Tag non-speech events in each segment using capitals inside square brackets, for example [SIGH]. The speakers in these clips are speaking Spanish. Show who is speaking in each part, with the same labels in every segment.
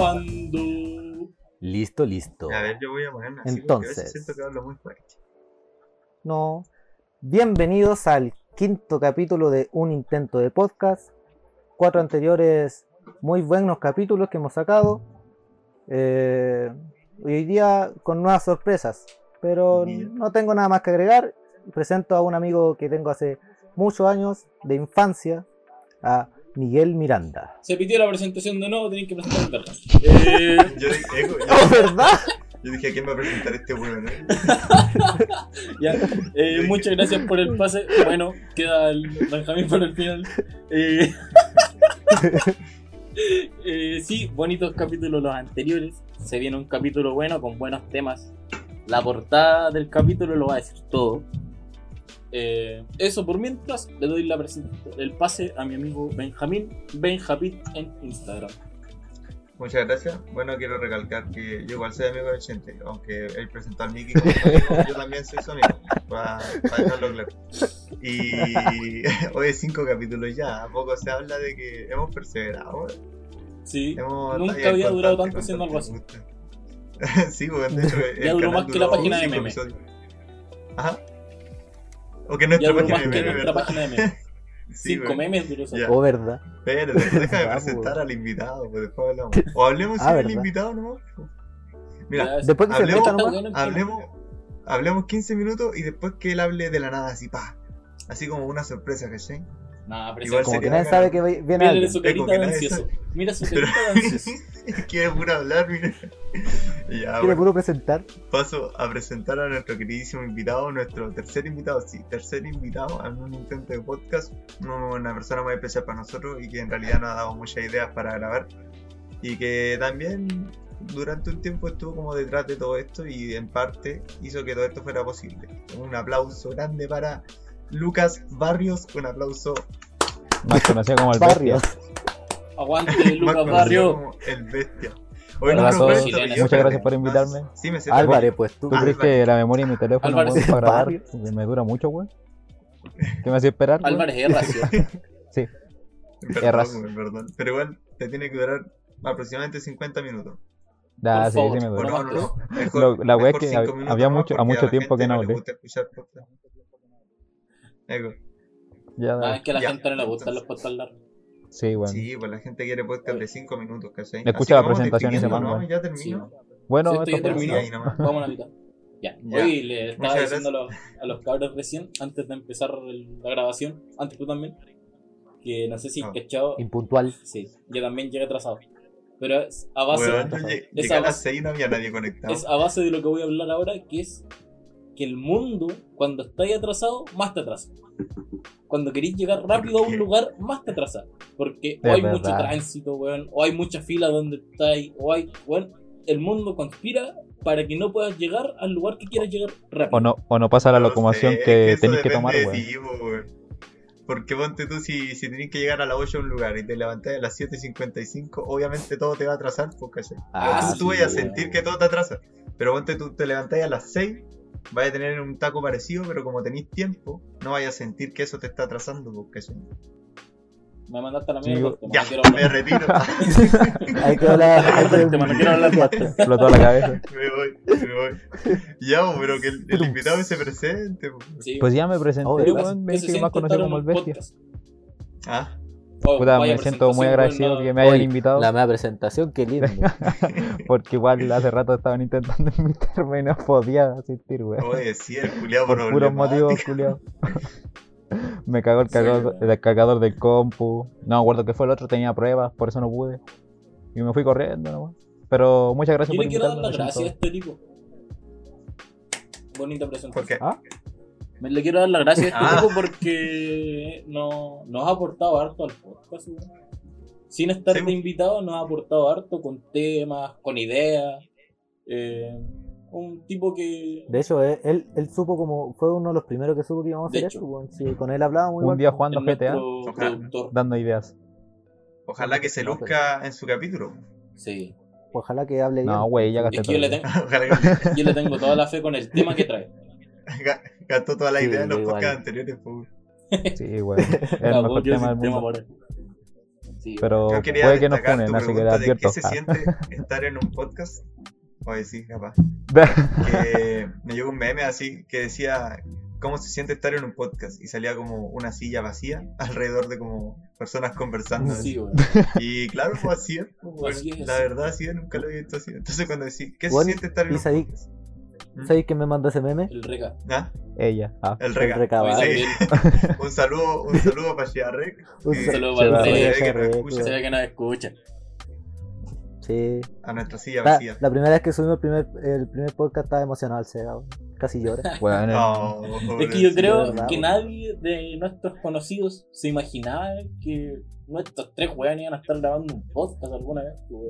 Speaker 1: Grabando.
Speaker 2: Listo, listo.
Speaker 3: A ver, yo voy a ponerme así porque a veces
Speaker 2: Entonces.
Speaker 3: siento que hablo muy fuerte.
Speaker 2: No. Bienvenidos al quinto capítulo de Un Intento de Podcast. Cuatro anteriores muy buenos capítulos que hemos sacado. Eh, y hoy día con nuevas sorpresas. Pero
Speaker 3: Bien.
Speaker 2: no tengo nada más que agregar. Presento a un amigo que tengo hace muchos años, de infancia, a Miguel
Speaker 1: [LAUGHS]
Speaker 2: Miranda.
Speaker 1: Se pidió la presentación de nuevo, tienen que presentarla. Eh,
Speaker 3: Yo dije, ego,
Speaker 2: ¡Oh,
Speaker 3: yo,
Speaker 2: verdad!
Speaker 3: yo dije, ¿a quién va a presentar este weón? eh?
Speaker 1: ya, eh, muchas gracias por el pase. Bueno, queda el Benjamín para el final. Eh, [LAUGHS] eh, sí, bonitos capítulos los anteriores. Se viene un capítulo bueno con buenos temas. La portada del capítulo lo va a decir todo. Eh, eso por mientras le doy la present- el pase a mi amigo Benjamín Benjapit en Instagram.
Speaker 3: Muchas gracias. Bueno, quiero recalcar que yo igual soy amigo de Chente, aunque él presentó al Mickey como su amigo, yo también soy su amigo, para dejarlo claro. Y [LAUGHS] hoy es cinco capítulos ya, a poco se habla de que hemos perseverado.
Speaker 1: Sí,
Speaker 3: Hemos
Speaker 1: Nunca
Speaker 3: está bien,
Speaker 1: había durado
Speaker 3: constante,
Speaker 1: tanto haciendo algo así.
Speaker 3: constante. [LAUGHS] sí, bueno, de hecho, el
Speaker 1: Ya duró
Speaker 3: canal
Speaker 1: más que la
Speaker 3: duró
Speaker 1: página de
Speaker 3: cinco
Speaker 1: meme.
Speaker 3: episodios. Ajá. O que
Speaker 1: [LAUGHS] ya
Speaker 3: nuestra
Speaker 1: duró
Speaker 3: página
Speaker 1: más que
Speaker 3: de meme,
Speaker 1: nuestra
Speaker 3: ¿verdad?
Speaker 1: página de memes.
Speaker 3: Sí,
Speaker 1: Cinco
Speaker 3: bueno.
Speaker 1: memes duró esa
Speaker 3: Ya.
Speaker 2: ¡Oh, verdad! [LAUGHS]
Speaker 3: Espérate, déjame
Speaker 2: Ya,
Speaker 3: presentar
Speaker 2: pues.
Speaker 3: al invitado, pues después hablamos. O hablemos
Speaker 2: Ah,
Speaker 3: sin el
Speaker 2: ¿verdad?
Speaker 3: invitado nomás. pues. Mira,
Speaker 1: Ya,
Speaker 2: Después que se
Speaker 3: Hablemos-
Speaker 2: meta
Speaker 1: está
Speaker 2: nomás.
Speaker 1: bueno el tema.
Speaker 3: hablemos, hablemos 15 minutos y después que él hable de la nada, así, pa. Así como una sorpresa, ¿cachai? [LAUGHS]
Speaker 1: Nah, pero
Speaker 3: Igual
Speaker 1: ese-
Speaker 2: Como que
Speaker 3: sería
Speaker 2: nadie
Speaker 3: bacán.
Speaker 2: sabe que vi- viene
Speaker 1: Mírale
Speaker 2: alguien.
Speaker 1: su
Speaker 3: Es como
Speaker 1: carita de
Speaker 3: que nadie
Speaker 1: ansioso. Mira su
Speaker 3: Pero-
Speaker 1: carita de ansioso.
Speaker 3: [LAUGHS] Quiere puro hablar, mira. [LAUGHS] Ya,
Speaker 2: Quiere
Speaker 3: bueno,
Speaker 2: puro presentar.
Speaker 3: paso a presentar a nuestro queridísimo invitado, nuestro tercer invitado, sí, tercer invitado a un intento de podcast. Una persona muy especial para nosotros y que en realidad nos ha dado muchas ideas para grabar. y que también durante un tiempo estuvo como detrás de todo esto y en parte hizo que todo esto fuera posible. Un aplauso grande para Lucas Barrios, un aplauso [LAUGHS]
Speaker 4: más conocido como ¿eh? el
Speaker 2: Barrio.
Speaker 4: Bestia.
Speaker 1: Aguante,
Speaker 3: más
Speaker 1: Lucas
Speaker 3: conocido
Speaker 1: Barrio.
Speaker 3: como el bestia.
Speaker 1: Hola a
Speaker 3: me
Speaker 1: todos,
Speaker 3: acuerdo,
Speaker 1: chilenos.
Speaker 3: pero yo
Speaker 4: Muchas
Speaker 3: perdí.
Speaker 4: gracias por invitarme.
Speaker 3: Sí, me sé
Speaker 2: Álvarez, pues tú.
Speaker 4: ¿Tú crees que la memoria de mi teléfono
Speaker 1: Álvarez.
Speaker 4: weón, para grabar
Speaker 2: Barrio.
Speaker 4: me dura mucho, güey? ¿Qué me hacía esperar? weón?
Speaker 1: Álvarez es
Speaker 2: [LAUGHS]
Speaker 1: racio.
Speaker 3: Perdón,
Speaker 4: erras.
Speaker 3: weón, perdón. Pero igual te tiene que durar aproximadamente 50 minutos.
Speaker 4: Ah,
Speaker 1: Por
Speaker 4: sí,
Speaker 1: favor,
Speaker 4: sí me
Speaker 3: O
Speaker 4: dura.
Speaker 3: no, no, no. Mejor-
Speaker 4: Lo- la wea es
Speaker 3: mejor
Speaker 4: que
Speaker 3: cinco
Speaker 4: hab-
Speaker 3: minutos
Speaker 4: había
Speaker 3: más
Speaker 4: mucho- a
Speaker 3: porque
Speaker 4: mucho
Speaker 3: la
Speaker 4: tiempo que
Speaker 3: gente
Speaker 4: no
Speaker 3: le
Speaker 4: hablé.
Speaker 3: gusta escuchar podcast. Ego.
Speaker 4: Ya,
Speaker 1: Ah, es que a la
Speaker 3: Ya,
Speaker 1: gente no le gustan los
Speaker 3: entonces.
Speaker 1: podcasts largos.
Speaker 2: [LAUGHS]
Speaker 4: sí, güey.
Speaker 3: Sí, pues la gente quiere podcast de 5 minutos, ¿cachai? Así
Speaker 4: Me escucha la
Speaker 3: que vamos
Speaker 4: presentación ese
Speaker 3: despidiendo,
Speaker 4: man,
Speaker 3: ¿no?
Speaker 4: güey.
Speaker 3: Ya
Speaker 1: Sí.
Speaker 3: terminó.
Speaker 4: Bueno,
Speaker 1: Sí, esto ya
Speaker 4: esto fue-
Speaker 1: terminó.
Speaker 3: Ahí nomás.
Speaker 1: Vamos a la mitad. Ya.
Speaker 3: Ya.
Speaker 1: Hoy le estaba
Speaker 3: Muchas
Speaker 1: diciendo a los, a los cabros recién, antes de empezar el- la grabación, antes tú también, que no sé si
Speaker 3: Ah.
Speaker 1: cachado.
Speaker 2: Impuntual.
Speaker 1: Sí, yo también llegué atrasado. Pero es a base
Speaker 3: Weón,
Speaker 2: por
Speaker 3: yo
Speaker 2: favor.
Speaker 3: llegué llegué
Speaker 1: Esa
Speaker 3: a las
Speaker 1: base-
Speaker 3: 6 y no había nadie conectado.
Speaker 1: es a base de lo que voy a hablar ahora, que es que el mundo, cuando estáis atrasado, más te atrasa. Cuando queréis llegar rápido a
Speaker 3: qué?
Speaker 1: un lugar, más te atrasa. Porque o
Speaker 4: Es
Speaker 1: hay
Speaker 4: verdad.
Speaker 1: mucho tránsito, weón, o hay mucha fila donde estáis, o hay, weón, el mundo conspira para que no puedas llegar al lugar que quieras llegar rápido.
Speaker 4: O no, o no pasa la
Speaker 3: No
Speaker 4: locomoción
Speaker 3: sé, es
Speaker 4: que
Speaker 3: eso
Speaker 4: tenéis que tomar,
Speaker 3: depende de
Speaker 4: güey.
Speaker 3: ti, weón. Porque ponte tú, si, si tenés que llegar a las 8 a un lugar y te levantás a las 7.55, obviamente todo te va a atrasar, pues, ¿cachai?
Speaker 1: Ah,
Speaker 3: Entonces tú vayas a
Speaker 1: sí,
Speaker 3: sentir que todo te atrasa. Pero ponte tú, te levantás a las 6, vayas a tener un taco parecido, pero como tenés tiempo, no vayas a sentir que eso te está atrasando, pues, ¿cachai?
Speaker 1: Me mandaste a la
Speaker 4: Sí,
Speaker 1: mierda.
Speaker 4: yo-
Speaker 1: tema,
Speaker 3: Ya,
Speaker 1: no quiero
Speaker 3: me
Speaker 1: hablar.
Speaker 4: [LAUGHS]
Speaker 3: retiro. [LAUGHS]
Speaker 2: Hay que hablar. hay que-
Speaker 1: Tema, no quiero
Speaker 2: [LAUGHS]
Speaker 1: hablar más.
Speaker 4: Explotó la cabeza.
Speaker 3: Me voy, me voy. Ya, po, pero que el, el invitado se presente. po.
Speaker 1: Sí,
Speaker 4: Pues ya me presenté,
Speaker 2: Oh,
Speaker 4: güey.
Speaker 2: pero
Speaker 4: Me
Speaker 1: eso
Speaker 4: dije
Speaker 1: sí,
Speaker 4: más
Speaker 1: intentaron
Speaker 4: conocido como el
Speaker 1: un
Speaker 4: Bestia.
Speaker 1: podcast.
Speaker 3: Ah,
Speaker 1: Oh,
Speaker 4: Puta,
Speaker 1: vaya
Speaker 4: me siento muy
Speaker 1: presentación,
Speaker 4: agradecido
Speaker 1: weón,
Speaker 4: que me hayan
Speaker 2: Oye,
Speaker 4: invitado.
Speaker 2: La mea presentación, qué lindo.
Speaker 4: Porque igual hace rato estaban intentando [LAUGHS] invitarme y no podía asistir, güey.
Speaker 3: oye, sí, el culiado
Speaker 4: Por puros motivos, culiao. [LAUGHS] Me cagó el
Speaker 1: Sí,
Speaker 4: cargador,
Speaker 1: weón.
Speaker 4: el cargador del compu. No me acuerdo que fue el otro, tenía pruebas, por eso no pude. Y me fui corriendo nomás. Pero muchas gracias
Speaker 1: Yo
Speaker 4: por
Speaker 1: le quiero dar
Speaker 4: invitarme.
Speaker 1: las
Speaker 4: me
Speaker 1: gracias a
Speaker 4: siento-
Speaker 1: este tipo. Bonita presentación.
Speaker 4: Ah,
Speaker 3: Porque
Speaker 1: Me le quiero dar las gracias a este
Speaker 3: Ah.
Speaker 1: tipo porque no, nos ha aportado harto al podcast. weón. Sin estar
Speaker 3: Sí. pues.
Speaker 1: de invitado, nos ha aportado harto con temas, con ideas. Eh, un tipo que.
Speaker 2: De hecho, él, él, él supo como. Fue uno de los primeros que supo que íbamos a
Speaker 1: De
Speaker 2: hacer
Speaker 1: hecho.
Speaker 2: esto. weón. Sí, con él hablábamos muy
Speaker 4: Un día jugando
Speaker 1: es
Speaker 4: GTA,
Speaker 1: nuestro
Speaker 3: Ojalá.
Speaker 1: productor.
Speaker 4: dando ideas.
Speaker 3: ojalá que se luzca en su capítulo. [LAUGHS]
Speaker 1: Sí.
Speaker 2: Ojalá que hable bien.
Speaker 4: No, güey, ya gasté
Speaker 1: Es que
Speaker 4: todo.
Speaker 1: yo le, tengo,
Speaker 3: Ojalá que
Speaker 4: [LAUGHS]
Speaker 1: yo le tengo toda la fe con el tema que trae.
Speaker 3: ga- gastó toda la
Speaker 2: Sí,
Speaker 3: idea en los pues.
Speaker 2: igual.
Speaker 3: podcasts anteriores. po.
Speaker 1: [LAUGHS]
Speaker 4: Sí, güey. Es el
Speaker 1: Cagó,
Speaker 4: mejor
Speaker 1: yo
Speaker 4: tema del
Speaker 1: sin tema
Speaker 4: mundo.
Speaker 1: por él. Sí,
Speaker 4: Pero
Speaker 3: Yo quería
Speaker 4: Oh, puede que nos
Speaker 3: destacar
Speaker 4: ponen,
Speaker 3: tu
Speaker 4: así que Ah,
Speaker 3: pregunta
Speaker 4: les
Speaker 3: de
Speaker 4: advierto.
Speaker 3: ¿Qué se siente
Speaker 4: [LAUGHS]
Speaker 3: estar en un podcast? Oye, sí, capaz.
Speaker 4: Ah.
Speaker 3: Que eh, me llegó un meme así que decía cómo se siente estar en un podcast y salía como una silla vacía alrededor de como personas conversando.
Speaker 1: sí, weón.
Speaker 3: Y claro, fue así, es, pues, bueno,
Speaker 1: Así es.
Speaker 3: la verdad así es, nunca lo había visto así. Entonces cuando decís, ¿qué se
Speaker 2: Bueno,
Speaker 3: siente estar en
Speaker 2: y
Speaker 3: un
Speaker 2: sabí-
Speaker 3: podcast? ¿Mm?
Speaker 2: ¿Sabéis quién me mandó ese meme?
Speaker 1: El rega.
Speaker 3: [LAUGHS] ¿Ah?
Speaker 4: [LAUGHS] Ella. Ah.
Speaker 3: El
Speaker 2: El
Speaker 3: rega.
Speaker 2: recabal.
Speaker 1: Oye,
Speaker 3: Sí. Un saludo,
Speaker 4: [LAUGHS]
Speaker 3: un saludo para Shiarek.
Speaker 2: Un
Speaker 3: Sí,
Speaker 1: saludo
Speaker 2: se
Speaker 1: para
Speaker 2: va,
Speaker 1: el
Speaker 2: se
Speaker 1: rey,
Speaker 2: va,
Speaker 3: que nos
Speaker 2: se va,
Speaker 3: escucha.
Speaker 2: se
Speaker 1: Se
Speaker 2: va.
Speaker 1: ve que nos escuchan.
Speaker 2: Sí.
Speaker 3: A nuestra
Speaker 4: Ah.
Speaker 3: silla
Speaker 2: La,
Speaker 3: vacía.
Speaker 2: la primera vez que subimos el primer, el primer podcast estaba emocionado el Seba, weón. casi
Speaker 4: [LAUGHS]
Speaker 2: llora.
Speaker 4: Bueno, en el-
Speaker 3: Oh,
Speaker 1: Eh. Es que yo
Speaker 3: pobrecito.
Speaker 1: creo [LAUGHS]
Speaker 2: verdad,
Speaker 1: que
Speaker 2: weón.
Speaker 1: nadie de nuestros conocidos se imaginaba que nuestros tres weones iban a estar grabando un podcast alguna vez. weón.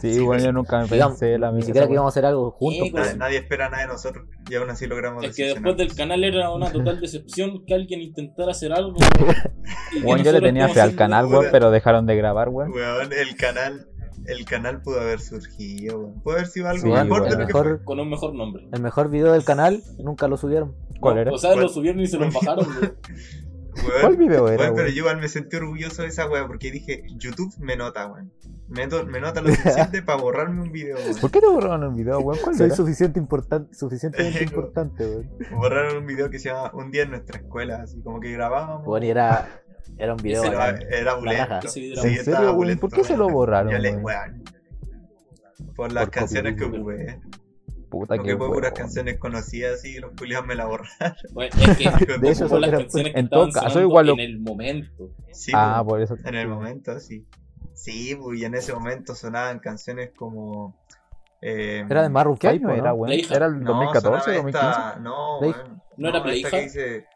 Speaker 4: Sí, bueno, yo nunca me
Speaker 2: Digamos,
Speaker 4: pensé la
Speaker 2: Ni
Speaker 4: misma.
Speaker 2: siquiera que íbamos a hacer algo juntos.
Speaker 1: Sí,
Speaker 2: pues.
Speaker 3: Nadie, nadie espera nada de nosotros y aún así logramos
Speaker 1: Es que después del
Speaker 3: decepcionarnos.
Speaker 1: canal era una total decepción que alguien intentara hacer
Speaker 4: [LAUGHS]
Speaker 1: algo. y que
Speaker 4: Bueno, yo le
Speaker 1: nosotros
Speaker 4: tenía fe
Speaker 1: estemos
Speaker 4: al canal,
Speaker 1: haciendo-
Speaker 4: weón, pero dejaron de grabar, weón.
Speaker 3: Weón, el canal, el canal pudo haber surgido, weón. Pudo haber sido algo
Speaker 4: Sí,
Speaker 2: Weón,
Speaker 3: mejor
Speaker 4: weón.
Speaker 3: de
Speaker 2: el,
Speaker 3: lo que
Speaker 2: mejor,
Speaker 1: Con un mejor nombre.
Speaker 2: el mejor video del canal nunca lo subieron.
Speaker 4: ¿Cuál
Speaker 1: No, pues,
Speaker 4: era?
Speaker 1: O sea, lo
Speaker 3: ¿Cuál?
Speaker 1: subieron y se los bajaron.
Speaker 3: [LAUGHS]
Speaker 1: weón.
Speaker 3: fue, weón.
Speaker 4: ¿Cuál video era,
Speaker 3: Weón, pero
Speaker 4: weón?
Speaker 3: yo igual me sentí orgulloso de esa weá porque dije, YouTube me nota, weón. Me, to- me nota lo
Speaker 4: [LAUGHS]
Speaker 3: suficiente para borrarme un video, weón.
Speaker 4: ¿Por qué te borraron el video, weón? ¿Cuál
Speaker 2: Soy
Speaker 4: era?
Speaker 2: suficiente importan- suficientemente
Speaker 3: Ego.
Speaker 2: importante, weón.
Speaker 3: Borraron un video que se llama Un día en nuestra escuela, así como que grabábamos.
Speaker 2: Bueno, y era, era un video
Speaker 1: Ese
Speaker 3: Era,
Speaker 2: bacán.
Speaker 3: era
Speaker 2: raja.
Speaker 3: bulento.
Speaker 1: Ese video
Speaker 3: Sí,
Speaker 1: era
Speaker 4: ¿En
Speaker 3: estaba
Speaker 4: serio, weón?
Speaker 3: bulento,
Speaker 4: ¿Por qué se lo
Speaker 3: weón.
Speaker 4: borraron,
Speaker 3: Yo le,
Speaker 4: weón?
Speaker 3: weón. Por las
Speaker 4: Por
Speaker 3: canciones que
Speaker 4: copyright.
Speaker 3: ocupé, eh.
Speaker 4: Puta que
Speaker 3: Porque fue puras
Speaker 4: weón.
Speaker 3: canciones conocidas y los culiados me la borraron. [LAUGHS]
Speaker 1: Bueno, es que
Speaker 3: De
Speaker 2: hecho,
Speaker 1: son las
Speaker 2: era-
Speaker 1: canciones que
Speaker 4: en todo
Speaker 1: estaban
Speaker 4: caso,
Speaker 1: sonando
Speaker 4: igual lo-
Speaker 1: en el momento.
Speaker 3: Sí,
Speaker 4: Ah,
Speaker 3: weón.
Speaker 4: por eso.
Speaker 3: En el momento, sí. Sí, pues, y en ese momento sonaban canciones como. eh,
Speaker 2: Era de Maroon
Speaker 4: ¿Qué
Speaker 2: 5,
Speaker 4: año
Speaker 2: ¿no?
Speaker 4: era, weón?
Speaker 1: La hija.
Speaker 4: ¿Era el
Speaker 3: no,
Speaker 4: 2014 o
Speaker 3: sonaba
Speaker 4: 2015?
Speaker 3: esta- No,
Speaker 2: Play-
Speaker 3: weón.
Speaker 1: ¿No era Play
Speaker 3: esta
Speaker 1: Hard?
Speaker 3: que dice.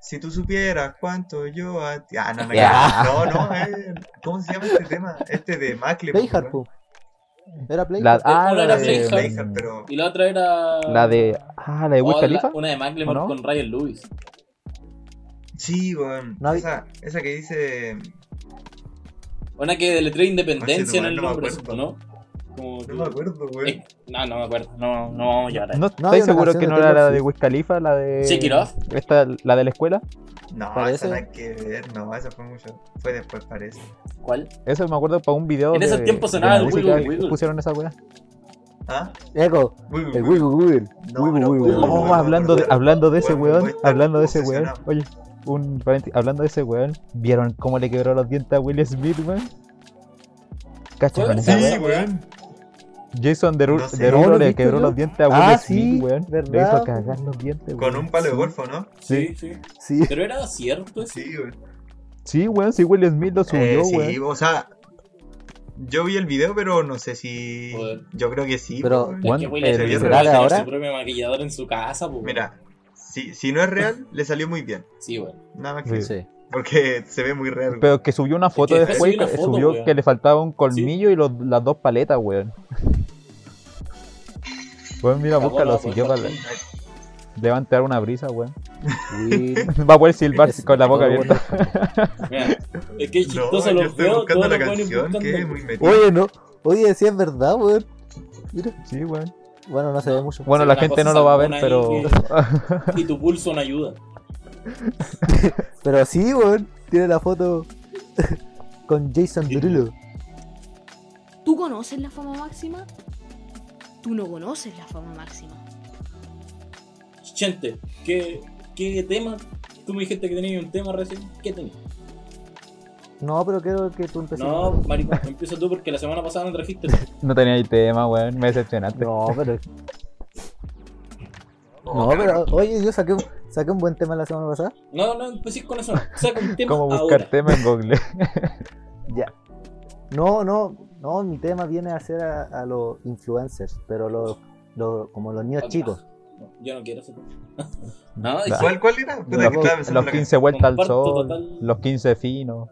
Speaker 3: Si tú supieras cuánto yo a ti. Ah, no, no,
Speaker 4: Ya.
Speaker 3: no, no, eh, ¿Cómo se llama este tema? Este de Macle. pues,
Speaker 2: Playhard, pu.
Speaker 3: weón.
Speaker 2: Era
Speaker 4: La,
Speaker 2: Playhard.
Speaker 4: ah,
Speaker 1: Una
Speaker 4: la
Speaker 1: era
Speaker 4: de.
Speaker 1: Play
Speaker 3: Playhard, Eh, pero.
Speaker 1: Y la otra era.
Speaker 4: La de. Ah, la de Wiz
Speaker 1: Oh, la-
Speaker 4: Khalifa.
Speaker 1: Una de Macklemore
Speaker 4: ¿O no?
Speaker 1: con Ryan Lewis.
Speaker 3: Sí, weón.
Speaker 2: No hay-
Speaker 3: esa, esa que dice.
Speaker 1: Una que deletrea independencia
Speaker 3: Conche,
Speaker 1: en el
Speaker 3: no me
Speaker 1: nombre,
Speaker 3: acuerdo.
Speaker 1: ¿no? Como que-
Speaker 3: No me acuerdo, pues,
Speaker 1: Eh,
Speaker 3: weón.
Speaker 1: no, no me acuerdo. No, no vamos a llorar.
Speaker 4: No
Speaker 2: No, hay
Speaker 4: estoy
Speaker 2: una
Speaker 4: seguro
Speaker 2: canción
Speaker 4: que
Speaker 2: de
Speaker 4: no era
Speaker 2: Taylor
Speaker 4: la de
Speaker 2: Swift.
Speaker 4: Wiz Khalifa, la de.
Speaker 1: Shake It Off.
Speaker 4: Esta, la de la escuela.
Speaker 3: No,
Speaker 2: Parece.
Speaker 3: esa nada que ver. No, esa fue mucho. Fue después, parece.
Speaker 1: ¿Cuál?
Speaker 4: Eso me acuerdo para un video.
Speaker 1: En esos
Speaker 4: de-
Speaker 1: tiempos
Speaker 4: de
Speaker 1: sonaba el
Speaker 4: música
Speaker 1: Wiggle
Speaker 4: que
Speaker 1: Wiggle.
Speaker 4: Pusieron esa weá.
Speaker 3: ¿Ah?
Speaker 2: Ego,
Speaker 3: Uy, uy,
Speaker 2: el
Speaker 3: uy.
Speaker 2: Wiggle Wiggle.
Speaker 3: No,
Speaker 2: Wiggle
Speaker 3: no,
Speaker 2: Wiggle.
Speaker 3: no, no,
Speaker 4: Oh,
Speaker 3: no,
Speaker 4: hablando de,
Speaker 3: no, no,
Speaker 4: hablando de
Speaker 3: no,
Speaker 4: ese
Speaker 3: no,
Speaker 4: weón,
Speaker 3: no, no,
Speaker 4: hablando de
Speaker 3: no,
Speaker 4: ese weón.
Speaker 3: obsesionado.
Speaker 4: Oye, un paréntesis, hablando de ese weón, ¿vieron cómo le quebró los dientes a Will Smith, weón? Cacha
Speaker 1: Fue
Speaker 4: con esa
Speaker 1: verdad.
Speaker 4: weón.
Speaker 3: Sí, weón.
Speaker 4: Jason Derulo,
Speaker 3: No sé.
Speaker 4: Derulo
Speaker 2: No, lo
Speaker 4: le
Speaker 2: viste
Speaker 4: quebró
Speaker 2: yo.
Speaker 4: los dientes a Will
Speaker 2: Ah,
Speaker 4: Smith,
Speaker 2: sí,
Speaker 4: weón. Le
Speaker 2: verdad.
Speaker 4: hizo cagar los dientes, weón.
Speaker 3: Con un palo de
Speaker 4: Sí.
Speaker 3: golfo, ¿no?
Speaker 1: Sí, sí.
Speaker 2: Sí.
Speaker 1: Pero era cierto eso.
Speaker 3: Sí, weón.
Speaker 4: Sí, weón, sí, Will Smith lo
Speaker 3: Eh,
Speaker 4: subió,
Speaker 3: sí,
Speaker 4: weón.
Speaker 3: o sea, yo vi el video, pero no sé si.
Speaker 1: Joder.
Speaker 3: Yo creo que sí.
Speaker 2: Pero-
Speaker 3: pues,
Speaker 1: Es
Speaker 3: weón.
Speaker 4: Juan,
Speaker 1: que Will
Speaker 4: eh,
Speaker 1: Smith
Speaker 3: ¿se
Speaker 1: debe
Speaker 2: verá
Speaker 1: tener
Speaker 2: ahora?
Speaker 1: su propio maquillador en su casa, pues.
Speaker 3: mira, si, si no es real, le salió muy bien.
Speaker 1: Sí, weón.
Speaker 3: Nada más que
Speaker 4: Sí.
Speaker 3: eso.
Speaker 2: Sí.
Speaker 3: Porque se ve muy real.
Speaker 4: Pero que subió una foto
Speaker 1: que después
Speaker 4: después,
Speaker 1: subió una
Speaker 4: que-
Speaker 1: foto,
Speaker 4: subió
Speaker 1: weón.
Speaker 4: que le faltaba un colmillo y los- las dos paletas,
Speaker 1: [LAUGHS]
Speaker 4: weón. Weón, mira,
Speaker 1: Cagó la pues,
Speaker 4: búscalo, si
Speaker 1: weá.
Speaker 4: yo para levantar una brisa, weón. [LAUGHS]
Speaker 2: Will-
Speaker 4: Va a poder silbar con la boca
Speaker 2: Todo
Speaker 4: abierta.
Speaker 1: Mira, es que es
Speaker 3: No,
Speaker 1: chistoso
Speaker 3: yo
Speaker 1: los
Speaker 3: estoy
Speaker 1: veo,
Speaker 3: buscando
Speaker 1: todos
Speaker 3: la
Speaker 1: los buenos
Speaker 3: canción
Speaker 1: buscando.
Speaker 3: que es muy
Speaker 2: [LAUGHS]
Speaker 3: metida.
Speaker 2: Oye, no. Oye, sí es verdad, weón.
Speaker 4: [LAUGHS] Sí, weón.
Speaker 2: Bueno, no se ve mucho.
Speaker 4: Bueno,
Speaker 1: Sí,
Speaker 4: la
Speaker 1: una
Speaker 4: gente
Speaker 1: cosa
Speaker 4: no lo va a ver,
Speaker 1: salmona
Speaker 4: pero.
Speaker 1: ahí Y tu pulso no ayuda.
Speaker 2: Pero sí, weón. Tiene la foto [LAUGHS] con Jason
Speaker 1: Sí.
Speaker 2: Derulo.
Speaker 5: ¿Tú conoces la fama máxima? Tú no conoces la fama máxima.
Speaker 1: Chente, ¿qué, ¿qué tema? Tú me dijiste que tenías un tema recién. ¿Qué tenías?
Speaker 2: No, pero creo que tú
Speaker 4: Pues
Speaker 2: empezaste.
Speaker 1: No, maricón, empieza tú porque la semana pasada no trajiste.
Speaker 4: [LAUGHS] No tenía ahí tema, weón. Me decepcionaste.
Speaker 2: No, pero. No,
Speaker 3: Oh,
Speaker 2: pero. Oye, yo saqué un, saqué un buen tema la semana pasada.
Speaker 1: No, no, empecéis con eso. Saca
Speaker 4: [LAUGHS]
Speaker 1: un tema
Speaker 4: ¿Cómo buscar
Speaker 1: ahora.
Speaker 4: tema en Google? [LAUGHS]
Speaker 2: Ya. No, no, no, mi tema viene a ser a, a los influencers, pero los, los- como los niños chicos.
Speaker 1: No, yo no
Speaker 4: [LAUGHS]
Speaker 1: quiero hacer. no, es
Speaker 4: Nah.
Speaker 1: que-
Speaker 3: ¿Cuál, ¿Cuál era? Puta,
Speaker 4: los,
Speaker 3: que estaba pensando
Speaker 4: los
Speaker 3: en la
Speaker 4: 15 vueltas al
Speaker 1: Comparto
Speaker 4: sol,
Speaker 1: total.
Speaker 4: los 15 finos.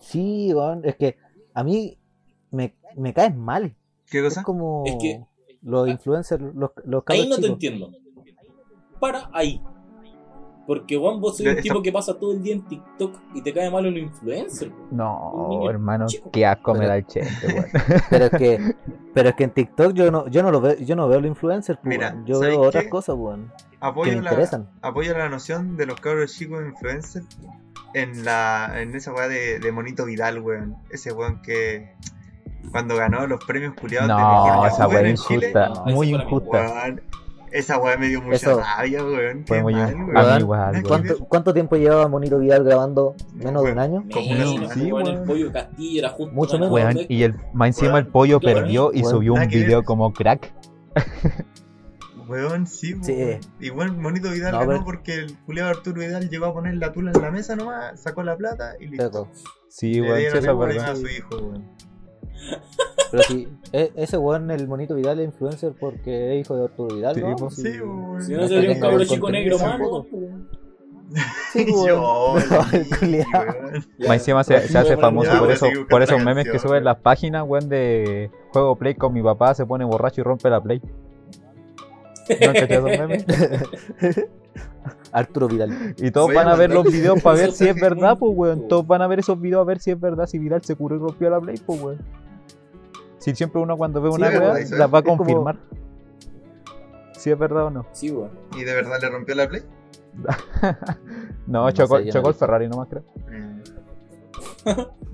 Speaker 2: Sí, weón, es que a mí me, me caen mal.
Speaker 3: canción. ¿Qué
Speaker 2: Es
Speaker 3: cosa?
Speaker 2: como
Speaker 1: Es que-
Speaker 2: los influencers, los, los cabros
Speaker 1: ahí no te
Speaker 2: chicos.
Speaker 1: entiendo. Para ahí. Porque Juan, vos sois un
Speaker 3: Esto-
Speaker 1: tipo que pasa todo el día en TikTok y te cae mal un influencer.
Speaker 4: No,
Speaker 1: Un niño
Speaker 4: hermano,
Speaker 1: chico.
Speaker 4: qué asco me
Speaker 2: Pero-
Speaker 4: da el chente, weón.
Speaker 2: Pero es que Pero es que en TikTok yo no, yo no lo veo, yo no veo los influencers, pues,
Speaker 3: Mira,
Speaker 2: weón. yo
Speaker 3: ¿sabes
Speaker 2: veo
Speaker 3: qué?
Speaker 2: otras cosas, weón, que
Speaker 3: Apoyo
Speaker 2: me
Speaker 3: la,
Speaker 2: interesan.
Speaker 3: apoyo la noción de los cabros chicos influencers en la en esa weá de, de Monito Vidal, weón. Ese weón que cuando ganó los premios culiados de
Speaker 4: No,
Speaker 3: mejor
Speaker 4: esa
Speaker 3: youtuber
Speaker 4: weá
Speaker 3: en Chile,
Speaker 4: injusta.
Speaker 1: No, eso
Speaker 4: Muy
Speaker 1: para mí.
Speaker 4: injusta.
Speaker 3: weón, Esa weá me dio mucha
Speaker 2: Eso.
Speaker 3: rabia, weón.
Speaker 4: Fue
Speaker 3: Qué
Speaker 4: muy
Speaker 3: mal,
Speaker 4: injusta. A
Speaker 2: weón.
Speaker 4: mí igual,
Speaker 3: Ay,
Speaker 4: weón.
Speaker 3: cuánto-
Speaker 2: ¿Cuánto, cuánto tiempo llevaba Monito Vidal grabando? ¿Menos de un año?
Speaker 3: Como una
Speaker 1: Menos,
Speaker 3: semana.
Speaker 4: Sí,
Speaker 1: weón,
Speaker 4: weón.
Speaker 1: el pollo Castillo era justo.
Speaker 2: Mucho
Speaker 1: ganador
Speaker 4: Weón,
Speaker 1: de-
Speaker 4: y el, más encima el pollo
Speaker 1: Claro.
Speaker 4: perdió y
Speaker 2: Weón,
Speaker 4: subió
Speaker 3: nada
Speaker 4: un
Speaker 3: que ver.
Speaker 4: video como crack.
Speaker 3: Weón, sí, weón.
Speaker 2: Sí.
Speaker 3: Igual Monito Vidal
Speaker 2: No,
Speaker 3: ganó
Speaker 2: pero-
Speaker 3: porque el culiado Arturo Vidal llegó a poner la tula en la mesa nomás, sacó la plata y listo.
Speaker 2: Pero,
Speaker 4: Sí,
Speaker 3: Le
Speaker 4: weón, sí,
Speaker 3: dieron
Speaker 4: esa
Speaker 3: el
Speaker 4: weá.
Speaker 3: premio a su hijo, weón.
Speaker 2: pero sí, e- ese weón, el Monito Vidal es influencer porque es hijo de Arturo Vidal,
Speaker 4: Sí,
Speaker 2: ¿no?
Speaker 4: pues,
Speaker 2: Sí,
Speaker 3: Sí, weón.
Speaker 1: Si
Speaker 2: no
Speaker 1: no sería un
Speaker 2: tengo
Speaker 1: cabro
Speaker 2: el
Speaker 1: chico negro,
Speaker 2: contenido
Speaker 1: mano.
Speaker 2: sí, pues,
Speaker 3: [LAUGHS]
Speaker 2: [LAUGHS]
Speaker 3: Yo,
Speaker 2: weón.
Speaker 3: la
Speaker 2: El
Speaker 3: vi,
Speaker 2: culiao.
Speaker 3: weón.
Speaker 4: Más encima se, se
Speaker 1: Ya,
Speaker 4: hace
Speaker 1: weón,
Speaker 4: famoso
Speaker 1: ya,
Speaker 4: por,
Speaker 3: weón,
Speaker 4: eso,
Speaker 3: sigo con
Speaker 4: por
Speaker 3: la
Speaker 4: esos memes que
Speaker 3: canción,
Speaker 4: suben
Speaker 3: weón.
Speaker 4: las páginas, weón, de juego play con mi papá, se pone borracho y rompe la play. ¿No han cachado esos memes?
Speaker 2: [LAUGHS] Arturo Vidal.
Speaker 4: Y todos
Speaker 3: Voy
Speaker 4: van
Speaker 3: a
Speaker 4: a ver
Speaker 3: mandar-
Speaker 4: los videos para ver
Speaker 3: Eso
Speaker 4: si es
Speaker 3: sí,
Speaker 4: verdad,
Speaker 1: weón.
Speaker 4: pues, weón. Todos van a ver esos videos a ver si es verdad, si Vidal se curó y rompió la play, pues, weón. Si siempre uno cuando ve
Speaker 2: Sí,
Speaker 4: una
Speaker 2: es
Speaker 4: weá,
Speaker 2: verdad,
Speaker 3: eso
Speaker 4: la
Speaker 3: es.
Speaker 4: va a
Speaker 2: Es como-
Speaker 4: confirmar. Si es verdad o no. [LAUGHS]
Speaker 1: Sí, weón.
Speaker 3: ¿Y de verdad le rompió
Speaker 1: [LAUGHS]
Speaker 3: la play?
Speaker 4: No,
Speaker 2: No sé,
Speaker 4: chocó,
Speaker 2: yo no
Speaker 4: chocó el
Speaker 2: vi.
Speaker 4: Ferrari nomás,
Speaker 2: [LAUGHS]
Speaker 4: creo.
Speaker 3: Mm.